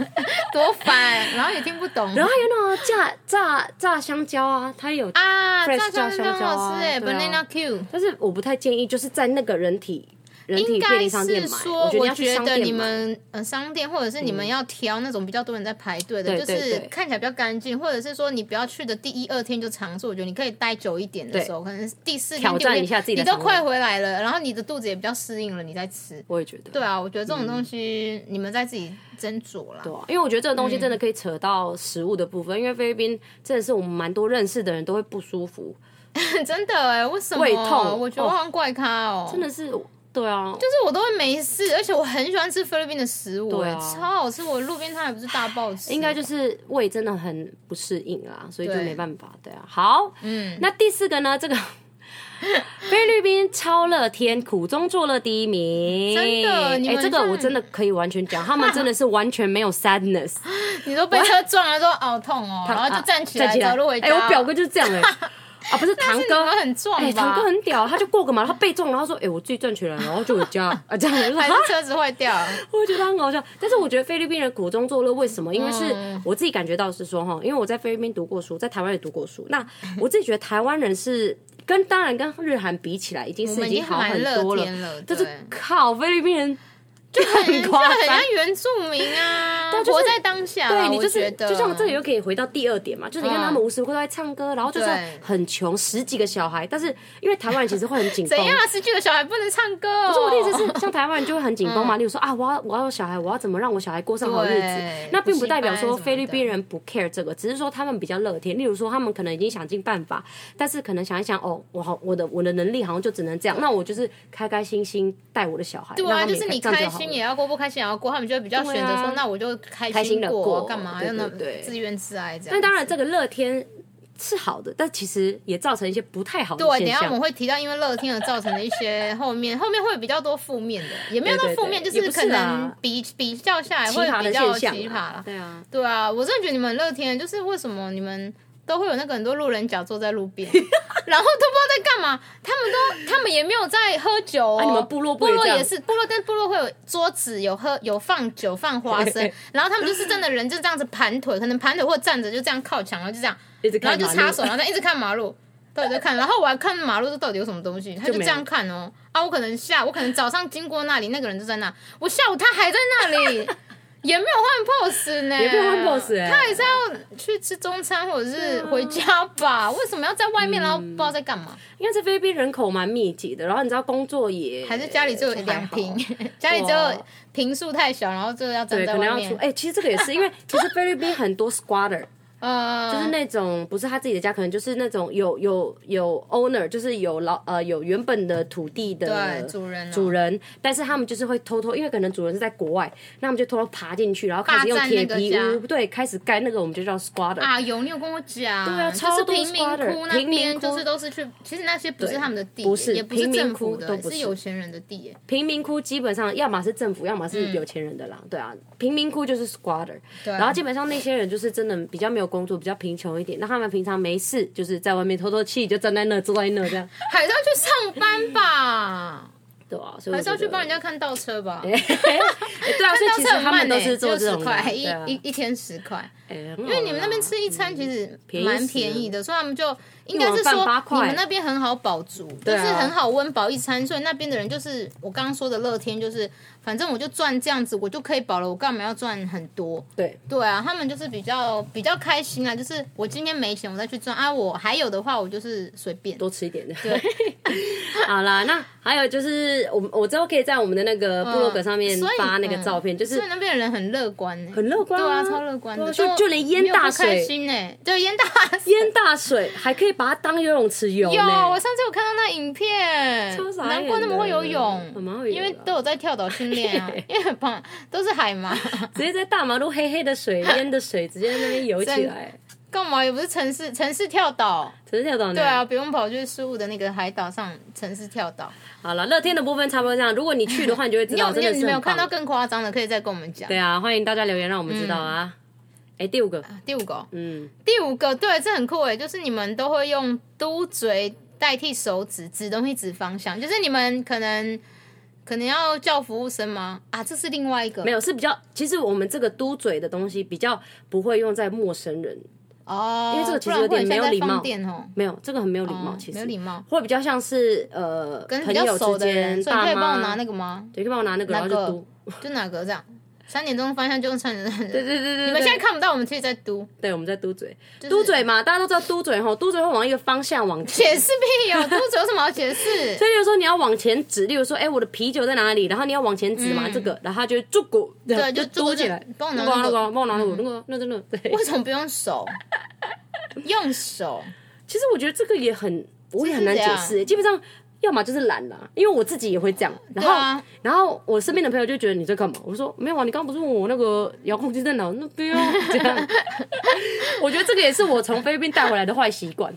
A: 多烦，然后也听不懂。
C: 然后还有那种炸炸炸香蕉啊，它有，
A: 啊，
C: fresh
A: 炸
C: 炸
A: 香蕉
C: 香
A: 很
C: 蕉
A: 好
C: 啊
A: 吃哎
C: 对啊
A: ，banana Q。
C: 但是我不太建议，就是在那个人体人体
A: 应
C: 便
A: 该
C: 利商店
A: 是
C: 买，
A: 说，
C: 觉得
A: 我
C: 要去
A: 觉
C: 商
A: 得
C: 店
A: 你
C: 买。嗯
A: 们呃商店，或者是你们要挑那种比较多人在排队的，
C: 对
A: 就
C: 对
A: 是
C: 对
A: 看起来比较干净，或者是说你不要去的第一二天就尝试，我觉得你可以待久一点的时候，可能第四天
C: 挑战
A: 第五天
C: 一下自己的
A: 你都
C: 肠胃
A: 快回来了，然后你的肚子也比较适应了，你再吃。
C: 我也觉得，
A: 对啊，我觉得这种东西你们再自己斟酌啦。
C: 对啊因为我觉得这个东
A: 嗯
C: 西真的可以扯到食物的部分，因为菲律宾真的是我们蛮多认识的人都会不舒服，
A: 真的哎，为什么？
C: 胃痛
A: 我觉得我好像怪咖哦，
C: 真的是，对啊，
A: 就是我都会没事，而且我很喜欢吃菲律宾的食物
C: 对
A: 哎，
C: 啊
A: 超好吃，我路边摊也不是大爆吃，
C: 应该就是胃真的很不适应啦，所以就没办法，对啊。好，嗯，那第四个呢？ 这个菲律宾超乐天苦中作乐第一名，
A: 真的你
C: 哎、
A: 们
C: 这个
A: 像
C: 我真的可以完全讲，他们真的是完全没有 sadness，
A: 你都被车撞了，说哦痛哦，然后
C: 啊
A: 就 站起来走路回家。
C: 哎、我表哥就是这样哎、啊， 不是堂
A: 你
C: 哥
A: 们。很壮吧？
C: 哎、堂哥很屌，他就过个马路，他被撞，然后说：“哎、我自己赚钱了，然后就回 家啊，这样我就说
A: 还
C: 哈
A: 是车子坏掉？
C: 我觉得很搞笑。但是我觉得菲律宾人苦中作乐，为什么？因为是
A: 嗯
C: 我自己感觉到是说哈，因为我在菲律宾读过书，在台湾也读过书。那
A: 嗯
C: 我自己觉得台湾人是跟当然跟日韩比起来，已经
A: 我
C: 是
A: 们
C: 已
A: 已经
C: 经好
A: 蛮
C: 很
A: 乐
C: 多
A: 天了，
C: 但是
A: 对
C: 靠菲律宾人就很
A: 就
C: 夸张
A: 很像。原住民 啊，
C: 对就是
A: 活在当下啦。
C: 对你就
A: 我
C: 是
A: 觉，得
C: 就像这里又可以回到第二点嘛，就是你看
A: 嗯
C: 他们无时无刻都在唱歌，然后就是
A: 对
C: 很穷，十几个小孩，但是因为台湾人其实会很紧绷
A: 怎，样啊？十几个小孩不能唱歌哦？嗯
C: 可是我的意思是，像台湾人就会很紧绷嘛，例如说啊，我要我要有小孩，我要怎么让我小孩过上好日
A: 对
C: 子？那并
A: 补
C: 不
A: 习
C: 代表
A: 班
C: 说
A: 什么
C: 菲律
A: 的
C: 宾人不 care 这个，只是说他们比较乐天。例如说，他们可能已经想尽办法，但是可能想一想，哦，我好我的我的能力好像就只能这样，那我就是开开心心带我的小孩，
A: 对
C: 让
A: 啊，
C: 他们
A: 就是你
C: 也开这
A: 开
C: 样就好
A: 心
C: 了
A: 也要过，不开心也要过，他们就会比较选择
C: 对
A: 说
C: 啊，
A: 那我就开
C: 开心地
A: 过，
C: 过
A: 干嘛
C: 对
A: 要那
C: 对对
A: 自怨自艾这样？
C: 但当然，这个乐天是好的，但其实也造成一些不太好的
A: 对，等一
C: 现
A: 下我们
C: 象。
A: 会提到，因为乐天而造成的一些 后面，后面会有比较多负面的，也没有到
C: 对对
A: 负面，
C: 对
A: 就
C: 也不是
A: 可能
C: 啦
A: 比比较下来
C: 奇
A: 会
C: 葩
A: 比
C: 的
A: 较
C: 现象
A: 奇葩
C: 啊
A: 啦。
C: 对啊，
A: 对啊，我真的觉得你们乐天就是为什么你们都会有那个很多路人甲坐在路 边，然后都不知道在干嘛，他们都他们也没有在喝酒、哦
C: 啊你们部落
A: 部
C: 不也
A: 落
C: 这样
A: 也是部落，但部落会有桌子有喝有放酒放花 生，然后他们就是真的人就这样子盘腿，可能盘腿或站着就这样靠墙，然后就这样。
C: 一直看
A: 然后就
C: 马路
A: 插手，然后他一直看马路，到底在看，然后我还看马路这到底有什么东西，他就这样看哦。啊，我可能下，我可能早上经过那里，那个人就在那，我下午他还在那里，也没有换 pose 呢，
C: 也没有换 pose 哎
A: 他还是要去吃中餐或者是回家吧？为什么要在外面，然后不
C: 嗯
A: 知道在干嘛？
C: 因为这菲律宾人口蛮密集的，然后你知道工作也
A: 还是家里只有
C: 就还
A: 两
C: 好
A: 平， 家里只
C: 哇
A: 有平数太小，然后就要站
C: 对，
A: 在
C: 可能
A: 外
C: 要出。
A: 面。
C: 哎、其实这个也是因为，其实菲律宾很多 squatter，
A: 呃，
C: 就是那种不是他自己的家，可能就是那种有有有 owner，就是有老呃有原本的土地的
A: 对主人啊
C: 主人，但是他们就是会偷偷，因为可能主人是在国外，那他们就偷偷爬进去，然后开始用
A: 霸占
C: 铁
A: 那个
C: 皮
A: 家
C: 屋，对，开始盖那个我们就叫 squatter，、
A: 啊，有你有跟我讲，
C: 对啊
A: 就
C: 超
A: 是
C: 多
A: 贫民
C: squatter，
A: 窟那
C: 贫民
A: 边
C: 窟
A: 就是都是去，其实那些不是
C: 对
A: 他们的地，
C: 不是
A: 也不是
C: 贫民
A: 政府
C: 窟
A: 的，
C: 都不
A: 是
C: 是
A: 有钱人的地耶。
C: 贫民窟基本上要么是政府，要么是有钱人的啦，对啊，贫民窟就是 squatter，
A: 对啊
C: 然后基本上那些人就是真的比较没有工作，比较贫穷一点，那他们平常没事就是在外面透透气，就站在那坐在那这样，
A: 还是要去上班吧，
C: 对啊，所以我
A: 还是要
C: 觉
A: 去
C: 得
A: 帮人家看倒车吧。
C: 对 啊，所以
A: 倒
C: 其
A: 车
C: 实
A: 很
C: 他
A: 慢
C: 们都
A: 耶
C: 是做这
A: 60
C: 种的，
A: 块，一
C: 对啊
A: 一一天十块。
C: 因
A: 因为你们那边吃一
C: 嗯
A: 餐其实
C: 啊便宜
A: 蛮
C: 死
A: 便
C: 了
A: 宜的，所以他们就应该
C: 一
A: 是
C: 碗饭八
A: 说
C: 块
A: 你们那边很好饱足，就
C: 对
A: 是
C: 啊
A: 很好温饱一餐，所以那边的人就是我刚刚说的乐天，就是反正我就赚这样子，我就可以饱了，我干嘛要赚很多？
C: 对
A: 对啊，他们就是比较比较开心啊，就是我今天没钱，我再去赚啊，我还有的话，我就是随便。
C: 多吃一点。对， 好啦，那还有就是，我我之后可以在我们的那个部落格上面
A: 嗯所以
C: 发那个
A: 嗯
C: 照片，就是
A: 所以那边的人很乐观呢、
C: 很乐观
A: 对啊，超乐观的，
C: 对啊就
A: 都
C: 就连淹大水
A: 没有不开心呢、对，淹大水。
C: 淹大水还可以把它当游泳池游
A: 有，啊我
C: 呢。
A: 上次有看到那影片
C: 超，傻眼的
A: 难怪那么会游泳
C: 嗯蛮会游，的
A: 因为都有在跳岛训 练啊，因为很胖，都是海嘛，
C: 直接在大马路黑黑的水淹的水，直接在那边游起来，
A: 干嘛也不是城市城市 跳岛，
C: 只是跳岛呢。
A: 对啊，，不用跑去事务的那个海岛上城市跳岛。
C: 好了，乐天的部分差不多这样。如果你去的话，你就会知
A: 你
C: 道，
A: 有
C: 真
A: 你
C: 的
A: 有
C: 是
A: 你没有
C: 很棒
A: 看到更夸张的，可以再跟我们讲。
C: 对啊，欢迎大家留言让我们知
A: 嗯
C: 道啊。哎，第五个，
A: 第五个哦，
C: 嗯，
A: 第五个，对，这很酷诶，就是你们都会用嘟嘴代替手指指东西指方向，就是你们可能可能要叫服务生吗？啊，这是另外一个，
C: 没
A: 有
C: 有是比较，其实我们这个嘟嘴的东西比较不会用在陌生人，
A: 哦，
C: 因为这个其实
A: 不然
C: 有点
A: 会很像
C: 没有
A: 在
C: 礼貌
A: 放电哦，
C: 没有这个很没有礼貌
A: 哦，
C: 其实
A: 没有礼貌，
C: 或者比较像是呃
A: 跟
C: 朋
A: 比较
C: 友
A: 熟
C: 之
A: 的人，
C: 间，
A: 所以你可
C: 爸
A: 以帮我拿
C: 妈
A: 那个 吗？
C: 对，可以帮我拿那个，然
A: 哪
C: 后就
A: 个
C: 嘟，？
A: 就哪个这样？三点钟方向就用三点钟。
C: 对对对对，
A: 你们现在看不到，我们其实在嘟，
C: 对我们在嘟嘴，
A: 就是
C: 嘟嘴嘛，大家都知道嘟嘴吼，嘟嘴会往一个方向往 前。
A: 解释屁哦，嘟嘴有什么好 解释？
C: 所以，例如说你要往前指，例如说，哎、我的啤酒在哪里？然后你要往前指嘛，这个，然后他就住骨，
A: 嗯对
C: 就
A: 就嘟
C: 嘟起来
A: 就，帮我拿
C: 那个，
A: 那
C: 那
A: 个
C: 个，帮我拿那个，那个，那个，那个。对，
A: 为什么不用手？用手
C: 其实我觉得这个也很，我也很
A: 这
C: 难
A: 是
C: 解
A: 怎样
C: 释、基本上。要么就是懒啦、因为我自己也会这样。然后，
A: 对啊
C: 然后我身边的朋友就觉得你在干嘛？我说没有啊，你刚刚不是问我那个遥控器在哪？那边啊， 这样。我觉得这个也是我从菲律宾带回来的坏习惯，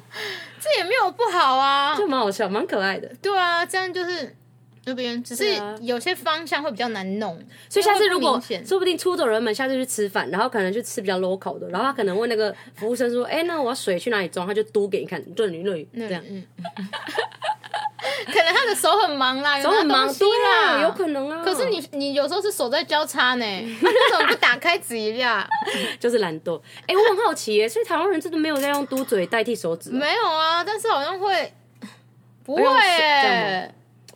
A: 这也没有不好啊，
C: 就蛮好笑，蛮可爱的。
A: 对啊，这样就是那边，只是
C: 对啊
A: 有些方向会比较难弄，
C: 所以下次如
A: 因为会
C: 果
A: 不明显
C: 说不定出走人们下次去吃饭，然后可能去吃比较 local 的，然后他可能问那个服务生说：“哎、那我要水去哪里装？”他就嘟给你看，就你乐于这样，
A: 嗯， 嗯可能他的手很忙啦，
C: 手很
A: 有拿
C: 忙
A: 东，西
C: 对啊，
A: 啦，
C: 有可。能啊。
A: 可是你你有时候是手在交叉呢， 那怎么不打开指一下？
C: 就是懒惰。哎、我很好奇耶，所以台湾人真的没有在用嘟嘴代替手指哦、
A: 没有啊，但是好像会 不会
C: 用手这
A: 耶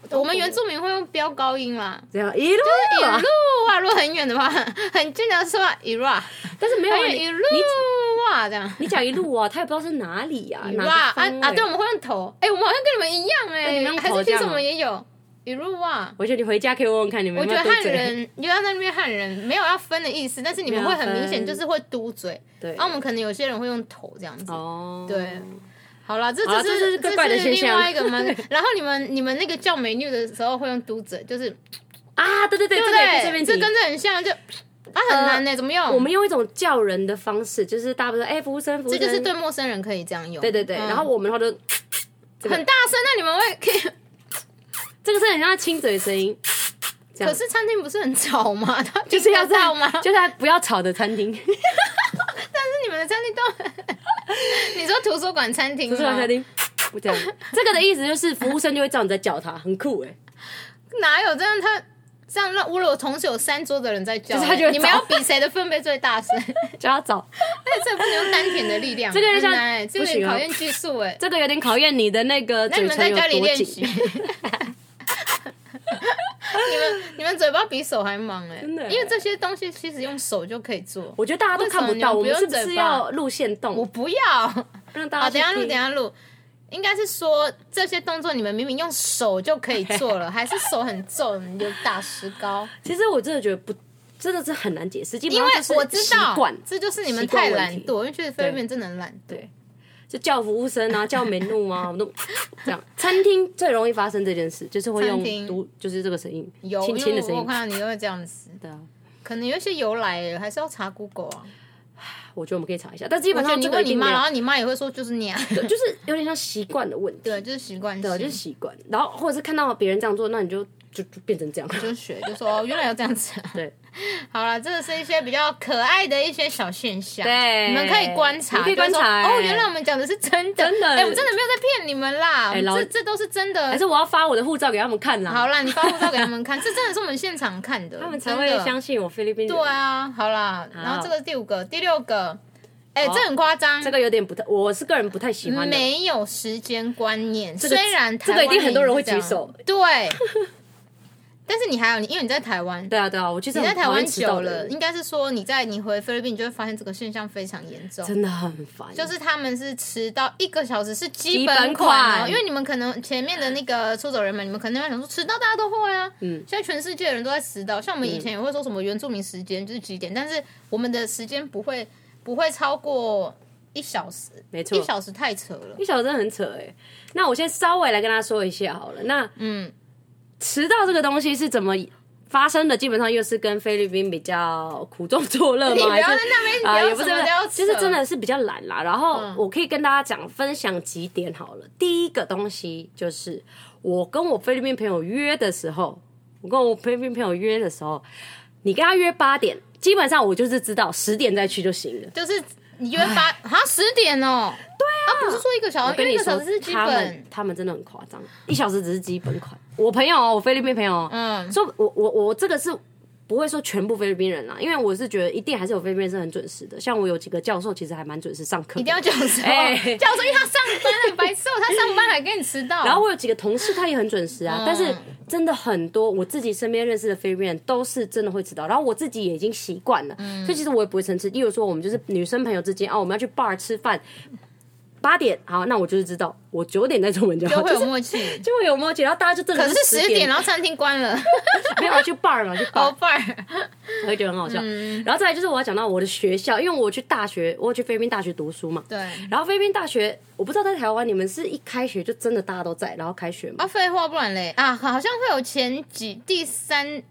C: 样？
A: 我们原住民会用飙高音啦，
C: 这样一路
A: 一
C: 啊
A: 路啊，如果很远的话， 很经常说一路啊，
C: 但是没有啊
A: 还有
C: 你
A: 一
C: 你
A: 路啊这样。
C: 你讲一路啊，他也不知道是哪里呀、啊，
A: 雨
C: 哪
A: 露
C: 个
A: 啊啊
C: 方
A: 啊！
C: 位
A: 对，我们会用头，哎、我们好像跟你们一样
C: 对
A: 哎、
C: 你们用
A: 还
C: 头
A: 是其
C: 这
A: 实
C: 样啊
A: 我们也有雨露啊。
C: 我觉得你回家可以问问看你
A: 我
C: 们有
A: 觉
C: 没有
A: 得
C: 嘟
A: 汉
C: 嘴。
A: 人，因为那边汉人没有要分的意思，但是你们
C: 没有
A: 会
C: 要
A: 很明显
C: 分
A: 就是会嘟嘴，
C: 对
A: 然后我们可能有些人会用头这样子。
C: 哦，
A: 对，好啦，这
C: 好啦
A: 只
C: 这
A: 是
C: 是怪怪的
A: 这是
C: 现
A: 另
C: 象
A: 外一个蛮。然后你们你们那个叫美女的时候会用嘟嘴，就是
C: 啊，对对对，
A: 对
C: 这
A: 不
C: 个也可以顺
A: 对？
C: 便
A: 这
C: 提呃
A: 跟这很像，就啊很难呢、怎么用？
C: 我们用一种叫人的方式，就是大部分哎、服务生，服务
A: 这
C: 生，
A: 就是对陌生人可以这样用。
C: 对对对
A: 嗯
C: 然后我们的话就这个
A: 很大声，那你们会可以
C: 这个是很像亲嘴的声音，这样
A: 可是餐厅不是很吵吗？他听
C: 就是要
A: 得到
C: 在
A: 吗？
C: 就是在不要吵的餐厅，
A: 你们的餐厅都， 你说图书馆餐厅吗？
C: 不是餐厅，这样。啊 这个的意思就是服务生就会知道你在叫他，很酷哎、
A: 哪有这样？他这样让，我有同时有三桌的人在叫，欸
C: 就是他就会
A: 你们要
C: 找
A: 比谁的分贝最大声，
C: 叫他找。
A: 哎， 这不能用丹田的力量，
C: 这个就像
A: 很难哎，这
C: 不行
A: 个
C: 啊
A: 考验技 术哎。
C: 这个有点考验你的那个
A: 那
C: 嘴
A: 你们
C: 唇
A: 在
C: 有
A: 家里
C: 多
A: 练
C: 紧
A: 习，， 你们你们嘴巴比手还忙哎，
C: 真的哎
A: 因为这些东西其实用手就可以做。
C: 我觉得大家都看不到，我
A: 为
C: 们
A: 什
C: 是
A: 么
C: 不是
A: 你们不用嘴巴
C: 要路线
A: 我
C: 动，
A: 不要。
C: 让大
A: 好，
C: 家
A: 等一下
C: 去
A: 录，
C: 听
A: 等一下录。应该是说这些动作你们明明 用手就可以做了，还是手很重，你就打石膏。
C: 其实我真的觉得不。真的是很难解释，基本
A: 因
C: 上
A: 为
C: 就是
A: 我知
C: 习
A: 道
C: 惯，
A: 这就是你们
C: 习惯
A: 太
C: 问
A: 懒
C: 题
A: 惰，我就觉得菲律宾人真的很懒惰。
C: 对，就叫服务生 啊，叫门路啊，我们都 这样。餐厅最容易发生这件事，就是会
A: 餐厅
C: 用读，就是这个声音，
A: 有，
C: 轻轻
A: 因
C: 的
A: 为
C: 声
A: 我我
C: 音。
A: 看到你都会这样子，
C: 对啊，
A: 可能有一些由来，还是要查 Google 啊。
C: 我觉得我们可以查一下，但基
A: 我
C: 本
A: 觉得
C: 上
A: 你
C: 这个
A: 问
C: 一
A: 你
C: 定
A: 妈，
C: 没有
A: 然后你妈也会说就是 你啊，
C: 对就是有点像习惯的问题，
A: 对，就是习惯
C: 对，
A: 性，
C: 就
A: 就是
C: 习惯。然后或者是看到别人这样做，那你就就就变成这样。
A: 是学，就说哦，原来要这样子啊。
C: 对
A: 好了，这个是一些比较可爱的一些小现象，
C: 对
A: 你们可以观察，
C: 你可以
A: 就是说
C: 观察
A: 哦，
C: 欸
A: 原来我们讲的是真的，
C: 真的哎
A: 哎，我真的没有在骗你们啦，我们
C: 老
A: 这这都是真
C: 还
A: 的。
C: 是我要发我的护照给他们看啦，
A: 好啦，你发护照给他们看，这真的是我们现场看的，
C: 他们才
A: 真
C: 会
A: 的
C: 相信我菲律宾人。
A: 对啊，好啦，然后这个是第五个，第六个，哎，
C: 好
A: 这很夸张
C: 哦这。个有点不太，我是个人不太喜欢的。
A: 没有时间观念，
C: 个
A: 虽然台
C: 这个一定
A: 湾
C: 很多人会
A: 也是这样
C: 举手，
A: 对。 但是你还有你，因为你在台湾，
C: 对啊对啊，我其实
A: 你在
C: 很
A: 台
C: 讨厌
A: 湾
C: 迟到
A: 久
C: 的
A: 了，
C: 人
A: 应该是说你在你回菲律宾，你就会发现这个现象非常严重。
C: 真的很烦，
A: 就是他们是迟到一个小时是基
C: 基
A: 本
C: 本款
A: 哦，因为你们可能前面的那个出走人们，你们可能会想说迟到大家都会啊，嗯，现在全世界的人都在迟到，像我们
C: 嗯
A: 以前也会说什么原住民时间就是几点，但是我们的时间不会不会超过一小时，
C: 没错
A: 一。小时太扯了，
C: 一小时真的很扯哎、那我先稍微来跟大家说一下好了。那
A: 嗯，
C: 迟到这个东西是怎么发生的？基本上又是跟菲律宾比较苦中作乐
A: 你
C: 吗？
A: 不
C: 还
A: 要
C: 是
A: 在那边，你
C: 啊、也
A: 要
C: 不
A: 什
C: 是
A: 么都要扯，嗯
C: 就是真的是比较懒啦。然后我可以跟大家讲分享几点好了。第一个东西就是我跟我菲律宾朋友约的时候，我跟我菲律宾朋友约的时候，你跟他约八点，基本上我就是知道十点再去就行了。
A: 就是你约八啊十点哦，对啊，不是说一个小
C: 我
A: 时，
C: 跟
A: 一
C: 你
A: 个
C: 说
A: 小时是，基
C: 他
A: 本
C: 们，他们真的很夸张，一小时只是基本款。我朋友哦，我菲律宾朋友哦，
A: 嗯
C: 说我我我这个是不会说全部菲律宾人啦，因为我是觉得一定还是有菲律宾人是很准时的。像我有几个教授其实还蛮准时上课的，
A: 一定要讲说，
C: 哎
A: 讲说，因为他上班很白痴哦，他上班还跟你迟到。
C: 然后我有几个同事，他也很准时啊，但
A: 嗯
C: 是真的很多我自己身边认识的菲律宾人都是真的会迟到，然后我自己也已经习惯了，
A: 嗯
C: 所以其实我也不会生气。例如说，我们就是女生朋友之间啊，我们要去 bar 吃饭，八点好，那我就是知道我九点再出门就好，
A: 就会
C: 就
A: 有
C: 是
A: 默契。
C: 就会有默契，然后大家就真
A: 可
C: 的
A: 是
C: 十
A: 十点，然后餐厅关 了，哦
C: 没有去 bar 嘛，去 bar，
A: 好伴儿。
C: 我会觉得很好笑。
A: 嗯
C: 然后再来就是我要讲到我的学校，因为我去大学，我有去菲律宾大学读书嘛。
A: 对，
C: 然后菲律宾大学，我不知道在台湾你们是一开学就真的大家都在，然后开学吗？
A: 啊，废话，不然嘞啊，好像会有前几第三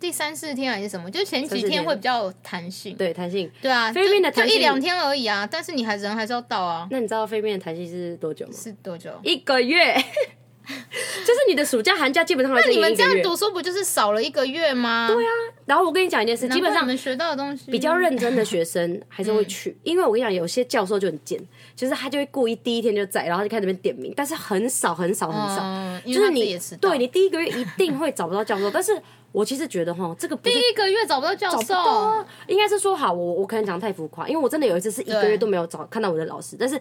A: 第三四天还是什么，就前
C: 三
A: 几
C: 四天
A: 天会比较有弹性。
C: 对，弹性。
A: 对啊，
C: 菲律宾
A: 就
C: 的弹
A: 就一
C: 性
A: 两天而已啊，但是你还人还是要到啊，
C: 那你知道菲律宾的弹性是多久吗？
A: 是多久？
C: 一个月， 就是你的暑假寒假基本上
A: 那
C: 那
A: 你们这样读书不就是少了一个月吗？对
C: 对啊。然后我跟你讲一件事，基本
A: 我
C: 上
A: 们学到的东西
C: 比较认真的学生还是会
A: 嗯
C: 去，因为我跟你讲，有些教授就很贱，就是他就会故意第一天就在，然后就开始那边点名，但是很少很少很少，
A: 嗯因为
C: 就是
A: 他自己
C: 你
A: 也迟到
C: 对你第一个月一定会找不到教授，但是我其实觉得哈，这个不是
A: 第一个月找不到教
C: 找不
A: 授，
C: 到啊，应该是说好，我我可能讲太浮夸，因为我真的有一次是一个
A: 对
C: 月都没有找看到我的老师，但是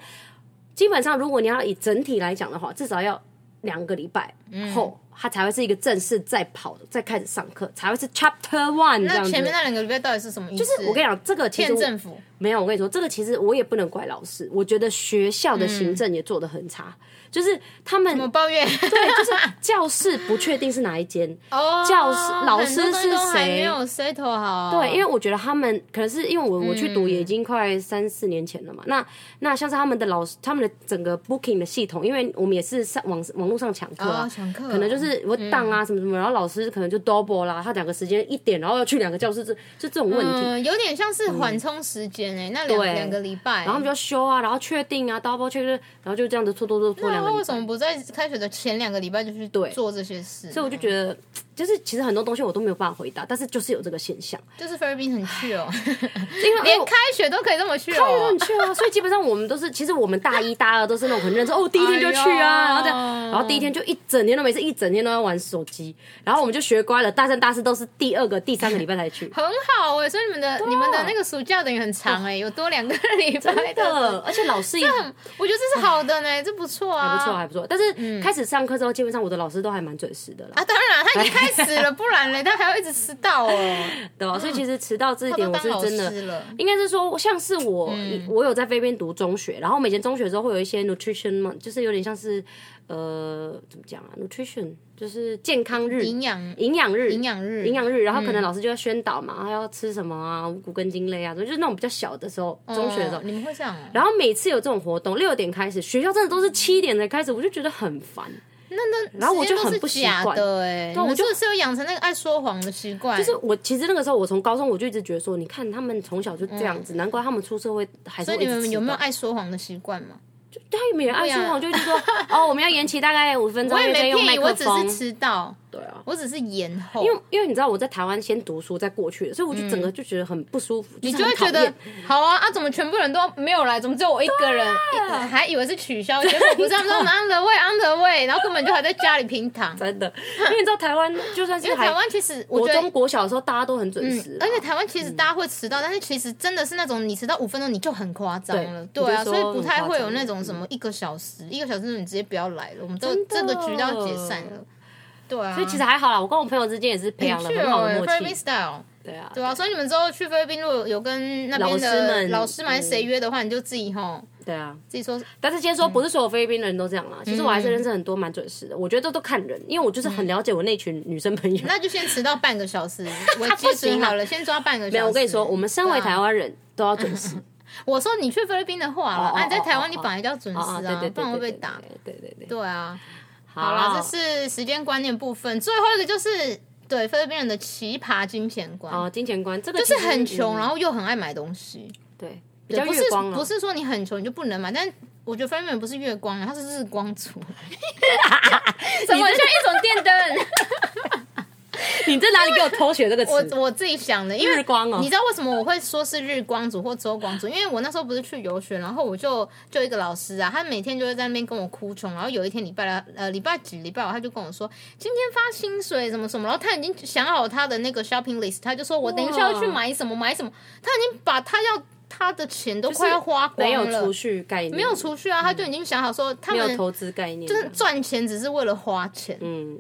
C: 基本上如果你要以整体来讲的话，至少要两个礼拜后，他才会是一个正式再跑再开始上课，才会是 Chapter One 这
A: 那
C: 样
A: 前面
C: 子。
A: 那两个礼拜到底是什么意思？
C: 就是我跟你讲，这个其实
A: 骗
C: 我
A: 政府，
C: 没有，我跟你说，这个其实我也不能怪老师，我觉得学校的行政也做得很差，就是他们
A: 我抱怨。
C: 对， 就是教室不确定是哪一间，
A: 哦，
C: 教师老师
A: 很多东西
C: 是
A: 都还
C: 谁
A: 没有 settle 好。
C: 对，因为我觉得他们可能是因为我我去读也已经快三四年前了嘛。那那像是他们的老师，他们的整个 booking 的系统，因为我们也是上网网络上抢课啊
A: 哦，，上课
C: 可能就是我档啊什么什么，然后老师可能就 double 啦，他两个时间一点，然后要去两个教室，这是这种问题。
A: 嗯，有点像是缓冲时间哎，那两
C: 对
A: 两个礼拜。
C: 然后他们就要修啊，然后确定啊，double check，然后就这样子拖拖拖拖
A: 那
C: 两个
A: 他
C: 礼
A: 为
C: 拜
A: 什。么不在开学的前两个礼拜就去
C: 对
A: 做这些事？
C: 所以我就觉得，就是其实很多东西我都没有办法回答，但是就是有这个现象，
A: 就是菲律宾很 去哦，
C: 因为
A: 连
C: 我
A: 开学都可以这么去
C: 当
A: 哦
C: 然。去啊，所以基本上我们都是，其实我们大一、大二都是那种很认真，哦，第一天就去啊，
A: 哎呦，
C: 然后这样，然后第一天就一整天都没事，一整天都在玩手机，然后我们就学乖了，大三、大四都是第二个、第三个礼拜才去
A: 很好哎、所以你们的、
C: 啊
A: 你们的那个暑假等于很长哎、有多两个礼拜嗯
C: 真的，而且老师也还
A: 我觉得这是好的呢、 这不错啊，
C: 不错，还不错。但是开始上课之后，基本上我的老师都还蛮准时的啦。
A: 啊，当然，他一开该死了，不然嘞，但还要一直迟到哦。
C: 对吧？所以其实迟到这一
A: 他
C: 点，
A: 都
C: 我
A: 当
C: 是
A: 老
C: 真的
A: 师了，嗯
C: 应该是说，像是我，我有在菲律宾读中学，然后我们以前中学的时候会有一些 nutrition month，就是有点像是呃，怎么讲啊，nutrition 就是健康日、
A: 营养
C: 营养日、
A: 营养日嗯
C: 营养日，然后可能老师就要宣导嘛，然后要吃什么啊，五谷根茎类啊，就是那种比较小的时候，中学的时候
A: 哦。你们会这样哦？
C: 然后每次有这种活动，六点开始，学校真的都是七点才开始，我就觉得很烦。
A: 那那
C: 然后我
A: 时间
C: 就
A: 都
C: 很
A: 是
C: 不习
A: 假
C: 惯
A: 的哎，
C: 我
A: 我
C: 就
A: 真的是有养成那个爱说谎的习惯，
C: 就是我其实那个时候，我从高中我就一直觉得说，你看他们从小就这样子，难怪他们出社会还是
A: 嗯所
C: 会
A: 以你
C: 一直
A: 们
C: 迟
A: 有没有
C: 到
A: 爱说谎的习惯吗？
C: 他也没有爱说
A: 对啊
C: 谎，就是说哦，我们要延期大概五分钟，
A: 我也
C: 因为在
A: 没
C: 用麦
A: 骗你，我
C: 克
A: 只
C: 风
A: 是。迟到，
C: 对啊，
A: 我只是延后，
C: 因为因为你知道我在台湾先读书再过去的，所以我就整个就觉得很不舒服，
A: 嗯你
C: 就
A: 就是会
C: 很讨
A: 觉
C: 厌
A: 得好啊啊，怎么全部人都没有来，怎么只有我一个人？
C: 啊
A: 一还以为是取消，结果不是，他们说我们 on the way on the way，然后根本就还在家里平躺。
C: 真的，因为你知道台湾就算
A: 因
C: 是
A: 为台
C: 还
A: 湾其实我
C: 我
A: 觉得
C: 中。国小的时候大家都很准时
A: 嗯，
C: 啊，
A: 而且台湾其实大家会迟到，但是其实真的是那种你迟到五分钟你就很夸张了，
C: 对
A: 对啊，
C: 嗯你就
A: 所
C: 说
A: 以不太会有那
C: 很夸
A: 种
C: 张
A: 什么一个小时，一个小时你直接不要来了，我们都
C: 真的
A: 这个局都要解散了，对啊，
C: 所以其实还好啦，我跟我朋友之间也是培养了
A: 很
C: 很好的默
A: 菲律宾
C: 契，
A: style，
C: 对啊，
A: 对啊，所以你们之后去菲律宾如果有跟那边
C: 老师
A: 的
C: 们嗯
A: 老师们还是谁约的话，你就自己吼
C: 对啊。
A: 自己说
C: 但是先说，不是所有菲律宾人都这样啦，其实我还是认识很多蛮准时的，我觉得都看人，因为我就是很了解我那群女生朋友。
A: 那就先迟到半个 小时为基准好了，先抓半个小时。
C: 啊没 有，我跟你说，我们身为台湾人都要准时，
A: 我说你去菲律宾的话了，
C: 哦哦
A: 啊，你在台湾你
C: 哦
A: 本来就要准时
C: 啊，对
A: 啊
C: 对，
A: 不
C: 对，
A: 然会被
C: 对
A: 打。，
C: 对对对。
A: 对啊，
C: 好
A: 好啦，这是时间观念部分。最后一个就是对菲律宾人的奇葩金钱观，
C: 哦，金钱观这个
A: 就
C: 其
A: 是
C: 实
A: 很穷，
C: 嗯
A: 然后又很爱买东西。
C: 对比较
A: 对，不
C: 月
A: 是
C: 光啊了，
A: 不是说你很穷你就不能买，但我觉得菲律宾人不是月光啊人，他是日光族。怎么像一种电灯？
C: 你在哪里给我偷学这个词？啊
A: 我我自己想的，因为
C: 日光哦
A: 你知道为什么我会说是日光族或周光族？因为我那时候不是去游学，然后我就就一个老师啊，他每天就会在那边跟我哭穷。然后有一天礼拜来，呃，礼拜几礼拜五，他就跟我说今天发薪水什么什么，然后他已经想好他的那个 shopping list，他就说我等一下要去买什么买什么，他已经把他要他的钱都快要花光
C: 没有
A: 了，
C: 储蓄概念，
A: 没有储蓄啊，他就已经想好说他
C: 没有
A: 们
C: 投资概念，
A: 就是赚钱只是为了花钱，
C: 嗯，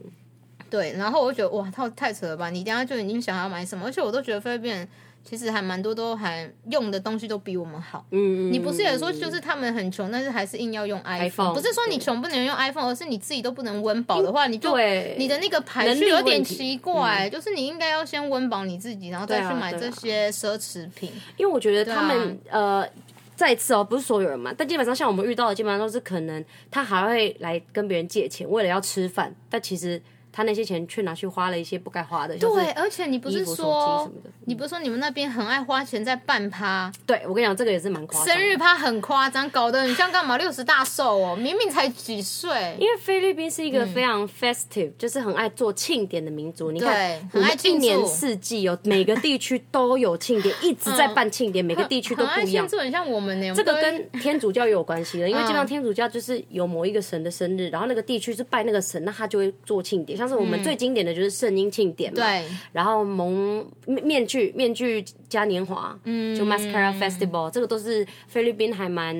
A: 对，然后我就觉得哇，太太扯了吧！你等一下就已经想要买什么，而且我都觉得菲律宾人其实还蛮多都还用的东西都比我们好。
C: 嗯嗯，
A: 你不是也说
C: 嗯
A: 就是他们很穷，但是还是硬要用
C: iPhone，
A: iPhone？不是说你穷不能用 iPhone，而是你自己都不能温饱的话，你就
C: 对
A: 你的那个排
C: 能
A: 序
C: 力
A: 有
C: 问
A: 点
C: 题嗯
A: 奇怪，就是你应该要先温饱你自己，然后再
C: 对啊
A: 去买
C: 对
A: 这
C: 啊
A: 些奢侈品。
C: 因为我觉得他们、
A: 对啊
C: 呃。再一次哦，不是所有人嘛，但基本上像我们遇到的，基本上都是可能他还会来跟别人借钱，为了要吃饭，但其实他那些钱却拿去花了一些不该花的，像是
A: 对，而且你不
C: 衣
A: 是
C: 服、手机
A: 说
C: 什么的。
A: 你不是说你们那边很爱花钱在办趴？
C: 对我跟你讲，这个也是蛮夸张的。
A: 生日趴很夸张，搞得很像干嘛六十大寿哦，明明才几岁，
C: 因为菲律宾是一
A: 嗯
C: 个非常 festive，、就是很爱做庆典的民族。你看
A: 对，
C: 我们
A: 很爱
C: 一
A: 庆祝嗯
C: 年四季有每个地区都有庆 典，一直在办庆典，每个地区都
A: 很
C: 不
A: 爱
C: 一
A: 庆
C: 样。
A: 祝，很像我们呢。
C: 这
A: 我
C: 个
A: 们都会
C: 跟天主教也有关系的，因为基本
A: 嗯
C: 上天主教就是有某一个神的生日，然后那个地区是拜那个神，那他就会做庆典。像是我们最经典的就是圣婴庆典嘛，
A: 嗯对
C: 然后蒙面面具面具嘉年华，嗯，就 Mascara Festival，这个都是菲律宾还蛮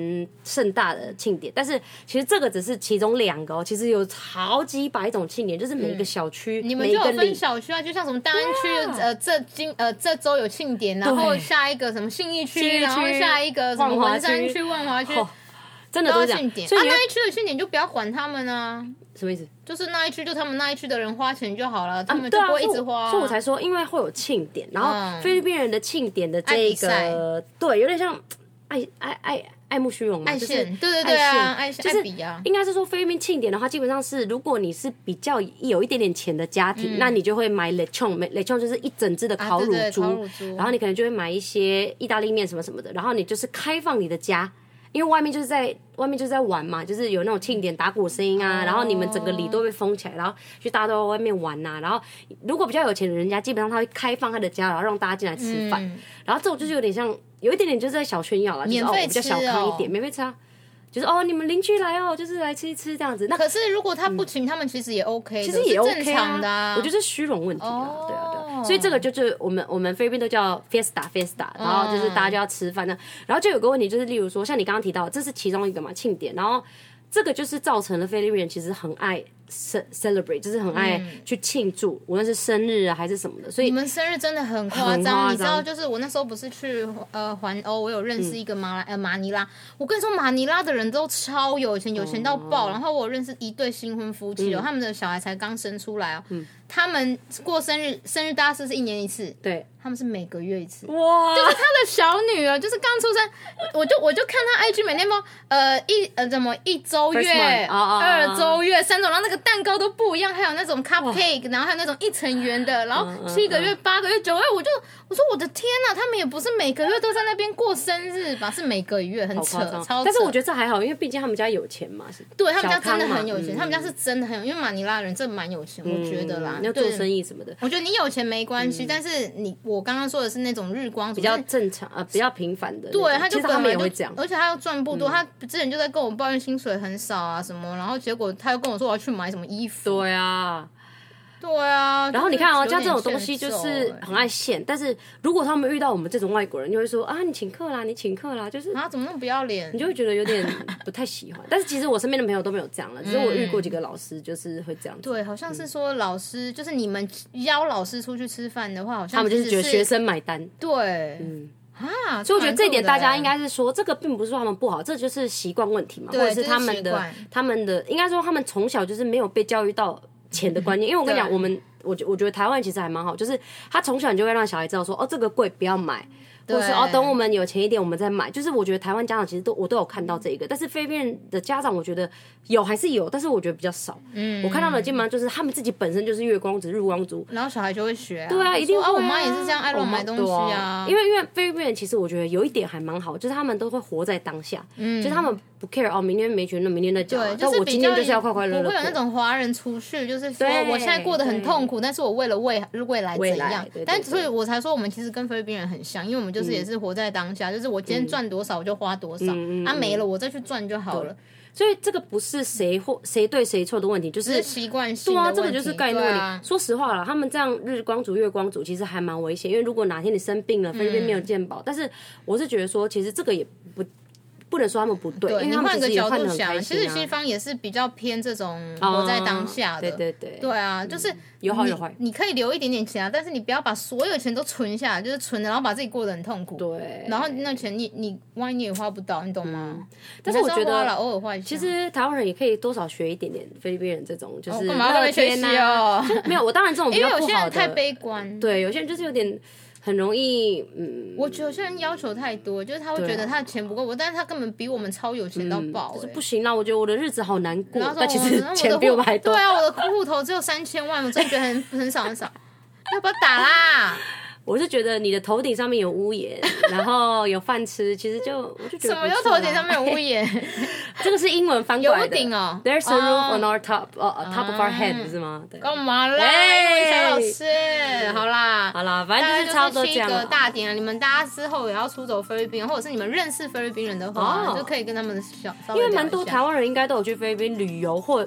C: 盛大的庆典。但是其实这个只是其中两个哦，其实有好几百种庆典，就是每一个小区、
A: 嗯你们
C: 每一
A: 就
C: 个
A: 有分
C: 里。
A: 小区啊，就像什么大安区，呃，这今呃这周有庆典，然后
C: 对
A: 下一个什么信义
C: 信义
A: 区，
C: 区
A: 然后下一个什么
C: 万华
A: 文山
C: 区
A: 区、万华区
C: 哦真的
A: 都
C: 都
A: 要
C: 是这
A: 庆
C: 样，
A: 典
C: 所
A: 啊，
C: 以你会
A: 那一区的庆典就不要管他们啊，
C: 什么意思？
A: 就是那一区就他们那一区的人花钱就好了，他们就
C: 对啊，所
A: 不会
C: 以
A: 一直
C: 我
A: 花啊。
C: 所以我才说，因为会有庆典，然后
A: 嗯
C: 菲律宾人的庆典的这
A: 爱
C: 一
A: 比赛
C: 个，对，有点像嗯爱爱爱爱慕虚荣嘛，
A: 爱
C: 就是
A: 线，对对对啊，爱线
C: 就
A: 爱
C: 是
A: 比啊，
C: 应该是说菲律宾庆典的话，基本上是如果你是比较有一点点钱的家
A: 嗯
C: 庭，那你就会买 lechon，lechon 就是一整只的烤乳
A: 啊对对
C: 猪，
A: 啊烤乳猪
C: 然后你可能就会买一些意大利面什么什么的，然后你就是开放你的家。因为外面就是在外面就是在玩嘛，就是有那种庆典打鼓声音
A: 哦
C: 啊，然后你们整个里都被封起来，然后就大家都在外面玩呐、然后如果比较有钱的人家，基本上他会开放他的家，然后让大家进来吃饭。
A: 嗯
C: 然后这种就是有点像，有一点点就是在小炫耀啦，就是
A: 免
C: 哦，
A: 费
C: 我比较
A: 吃
C: 小康一
A: 哦
C: 点，免费吃啊，就是哦，你们邻居来哦，就是来吃一吃这样子。那
A: 可是如果他不请，他们其实也 OK，的
C: 嗯其实也
A: 是
C: OK
A: 正常的啊。
C: 我觉得是虚荣问题啦
A: 哦，
C: 对啊，对啊。所以这个就是我们我们菲律宾都叫 fiesta fiesta，然
A: 嗯
C: 后就是大家就要吃饭的，然后就有个问题就是，例如说像你刚刚提到，这是其中一个嘛庆典，然后这个就是造成了菲律宾人其实很爱。 ce- celebrate，就是很爱去庆祝，无论是生日啊还是什么的。所
A: 嗯你
C: 以
A: 们生日真的很夸
C: 很夸
A: 张，
C: 张
A: 你知道，就是我那时候不是去呃环欧，我有认识一个马来、呃马尼拉，我跟你说马尼拉的人都超有钱，有钱到爆。然后我有认识一对新婚夫妻哦，他们的小孩才刚生出来哦，他们过生日，生日大家是不是一年一次？
C: 对，
A: 他们是每个月一次。
C: 哇，
A: 就是他的小女儿，就是刚出生，我就我就看他 IG 每天播，呃一呃怎么一周
C: First
A: 月、
C: month，哦哦哦
A: 二周月、三周，然后那个蛋糕都不一样，还有那种 cupcake，然后还有那种一层圆的，然
C: 嗯
A: 后七个月、八个月、九个月，我就我说我的天呐、他们也不是每个月都在那边过生日吧？是每个月，很
C: 好
A: 扯
C: 夸张，！
A: 超扯。
C: 但是我觉得这还好，因为毕竟他们家有钱嘛，是
A: 对他们家
C: 小康
A: 真的
C: 嘛
A: 很有钱，
C: 嗯
A: 他们家是真的很有，因为马尼拉人真的蛮有钱，我觉得啦，
C: 要做
A: 对
C: 生意什么的
A: 我觉得你有钱没关系，但是你我刚刚说的是那种日光族
C: 比较
A: 就是
C: 正常啊，比较平凡的那种。
A: 对，他
C: 其
A: 就
C: 实
A: 本
C: 他们
A: 来
C: 也
A: 就呃
C: 会嗯这样，
A: 而且他又赚不多。他之前就在跟我抱怨薪水很少啊什么，然后结果他又跟我说我要去买什么衣服。
C: 对啊。
A: 对啊，
C: 然后你看哦，像这种东西
A: 就
C: 就是
A: 有点欠
C: 是
A: 揍欸
C: 很爱现，但是如果他们遇到我们这种外国人，就会说啊，你请客啦，你请客啦，就是
A: 啊，怎么那么不要脸？
C: 你就会觉得有 点不太喜欢。但是其实我身边的朋友都没有这样了，只是我遇过几个老师就是会这样子，
A: 嗯对，好像是说老师，就是你们邀老师出去吃饭的话，好像
C: 他们就是
A: 其
C: 觉
A: 实
C: 得学生买单。
A: 对，嗯啊，
C: 所以我觉得这一点大家应
A: 该
C: 该是说，这个并不是说他们不好，这就是习惯问题嘛，或
A: 对
C: 者是他
A: 这
C: 们
A: 是习
C: 的
A: 惯
C: 他们的应该说他们从小就是没有被教育到钱的 观念，因为我跟你讲，
A: 对
C: 我们我觉我觉得台湾其实还蛮好，就是他从小你就会让小孩知道说，哦，这个贵不要买。或者是哦，等我们有钱一点，我们再买。就是我觉得台湾家长其实都我都有看到这一个，但是菲律宾人的家长，我觉得有还是有，但是我觉得比较少。嗯，我看到的基本上就是他们自己本身就是月光族、日光族，
A: 然后小孩就会学啊，
C: 对啊，一定
A: 说
C: 会
A: 啊，
C: 啊
A: 我妈也是这样爱乱买东西
C: 我妈对
A: 啊，
C: 因为因为菲律宾人其实我觉得有一点还蛮好，就是他们都会活在当下，就是他们不 care 哦，明天没钱那明天再讲啊，
A: 嗯对，就
C: 但
A: 是
C: 我
A: 比
C: 今天
A: 较
C: 就是要快快乐乐
A: 不
C: 过。
A: 会有那种华人储蓄，就是说
C: 对
A: 我现在过得很痛苦，但是我为了未未来怎
C: 未来
A: 样
C: 对？对嗯
A: 但
C: 对
A: 所以我才说我们其实跟菲律宾人很像，因为我们就是也是活在当下，就是我
C: 嗯
A: 今天赚多少我就花多少，啊没了我再去赚就好了，
C: 所以这个不是谁或谁对谁错的问题，就
A: 这
C: 是
A: 是习惯性
C: 对
A: 的
C: 啊，
A: 问题。
C: 这个就是概念
A: 对
C: 问题。
A: 啊
C: 说实话了，他们这样日光族、月光族其实还蛮危险，因为如果哪天你生病了，菲律宾没有健
A: 嗯
C: 保，但是我是觉得说，其实这个也不不能说他们不对，因
A: 对
C: 为
A: 你
C: 他们其
A: 换个
C: 实也
A: 角
C: 换
A: 度
C: 的很
A: 想，
C: 开
A: 其
C: 心
A: 实
C: 啊
A: 西方也是比较偏这种活在当下的。
C: 哦对对对
A: 对啊，就是
C: 有好
A: 你
C: 有坏
A: 你可以留一点点钱啊，但是你不要把所有钱都存下来，就是存了，然后把自己过得很痛苦。
C: 对，
A: 然后啊那钱你你万一你也花不到，你懂吗？
C: 但嗯是我
A: 你还
C: 觉
A: 要花
C: 得
A: 了偶尔花一下，
C: 其实台湾人也可以多少学一点点菲律宾人这种，就是
A: 我干嘛要跟他们学习哦
C: 乐天啊就没有，我当然这种比
A: 因为
C: 较
A: 有
C: 不
A: 些
C: 好
A: 人
C: 的，
A: 太悲观，
C: 对，有些人就是有点很容易，嗯，
A: 我觉得有些人要求太多，就是他会
C: 啊
A: 觉得他的钱不够我，但是他根本比我们超有钱到爆、欸
C: 嗯不行啦，我觉得我的日子好难过
A: 然后，说哦
C: 但其实
A: 我的
C: 钱比我们还多
A: 对。啊，我的户头只有三千万，我真的觉得很 很少很少。要不要打啦？
C: 我是觉得你的头顶上面有屋檐，然后有饭吃，其实就我就觉得
A: 什
C: 不
A: 么叫
C: 错啦
A: 头顶上面有 屋檐？
C: 这个是英文翻过来
A: 有屋
C: 的
A: 顶哦嗯
C: There's a
A: 哦
C: roof on our top, 呃 top of our head 是吗？对。
A: 干嘛嘞？
C: 喂
A: 小老 师，好啦，
C: 好啦，反
A: 大
C: 正
A: 概
C: 哎就
A: 就是
C: 差不多
A: 是
C: 这
A: 一
C: 样
A: 个
C: 了。
A: 大点啊！你们大家之后也要出走菲律宾，或者是你们认识菲律宾人的话，
C: 哦
A: 就可以跟他们小稍微
C: 因为
A: 聊
C: 蛮
A: 一
C: 多
A: 下
C: 台湾人应该都有去菲律宾旅游或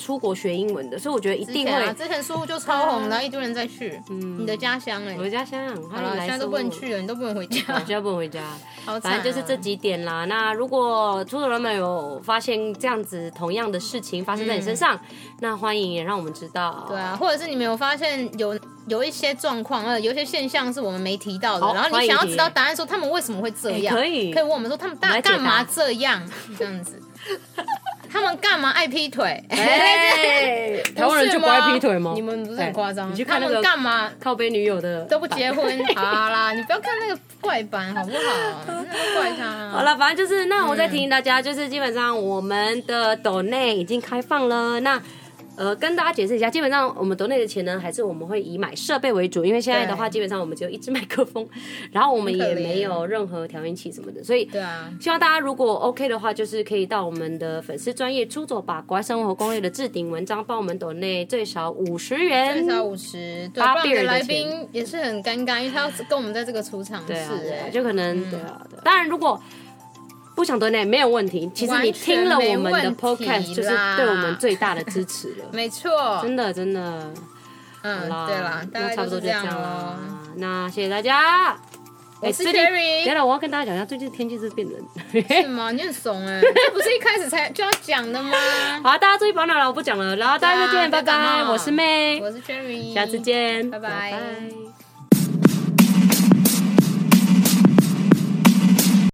C: 出国学英文的，所以我觉得一
A: 之
C: 定
A: 前啊，
C: 会。
A: 之前苏就超红，然后一堆人在去。你的家乡哎、
C: 我的家乡，
A: 好
C: 欢
A: 了，
C: 迎
A: 现
C: 来
A: 在都
C: 苏
A: 不 能，去了，你都不能回家，
C: 我现在不能回家。
A: 好惨、
C: 反
A: 哦
C: 正就是这。几点啦。那如果出走人们有发现这样子同样的事情发生在你身上，那欢迎也让我们知道。
A: 嗯对啊，或者是你们有发现有有一些状况，呃，有一些现象是我们没提到的，
C: 好
A: 然后
C: 欢
A: 你
C: 迎
A: 想要
C: 提
A: 知道答案，说他们为什么会这样，
C: 哎可以
A: 可以问我们说他们
C: 我
A: 大
C: 来解答
A: 干嘛这样这样子，他们干嘛爱劈腿？
C: 哎，台湾人就不爱劈腿吗？
A: 你们不是很夸张？啊
C: 哎你去
A: 他
C: 看那
A: 们
C: 个
A: 干嘛
C: 靠背女友的
A: 都不结婚？ 好啦，你不要看那个怪版好不好？那怪他。
C: 好了，反正就是那我再提醒大家，就是基本上我们的抖内已经开放了。那呃，跟大家解释一下，基本上我们抖内的钱呢，还是我们会以买设备为主，因为现在的话，
A: 对
C: 基本上我们只有一支麦克风，然后我们
A: 很
C: 也
A: 可怜
C: 没有任何调音器什么的，所以
A: 对啊，
C: 希望大家如果 OK 的话，就是可以到我们的粉丝专业出走吧国外生活攻略的置顶文章，帮我们抖内最少五十元
A: 最。少啊五十，对，不
C: 巴
A: 然我
C: 比
A: 们的
C: 尔的
A: 来
C: 钱
A: 宾也是很尴尬，因为他要跟我们在这个出场
C: 对啊，
A: 是
C: 对啊
A: 哎，
C: 就可能对啊。对啊当然，如果不想蹲内没有问题，其实你听了我们
A: 完全
C: 的
A: 没问题啦
C: podcast 就是对我们最大的支持了，
A: 没错，
C: 真的真的。
A: 嗯
C: 好啦，
A: 对啦，大
C: 那
A: 概
C: 差
A: 就
C: 不多
A: 是
C: 就这
A: 这
C: 样
A: 样喽。
C: 啦。那谢谢大家，哎
A: 我是
C: 最近
A: Carrie
C: 等一下我要跟大家讲一下，最近天气是变 冷。
A: 是吗？你很怂哎、 这不是一开始才就要讲的吗？
C: 好，大家注意保暖了，我不讲了，然后大家再见，
A: 对
C: 拜
A: 啊别感
C: 拜，
A: 冒
C: 我是妹，
A: 我是 Cherry，
C: 下次见，
A: 拜拜
C: 拜拜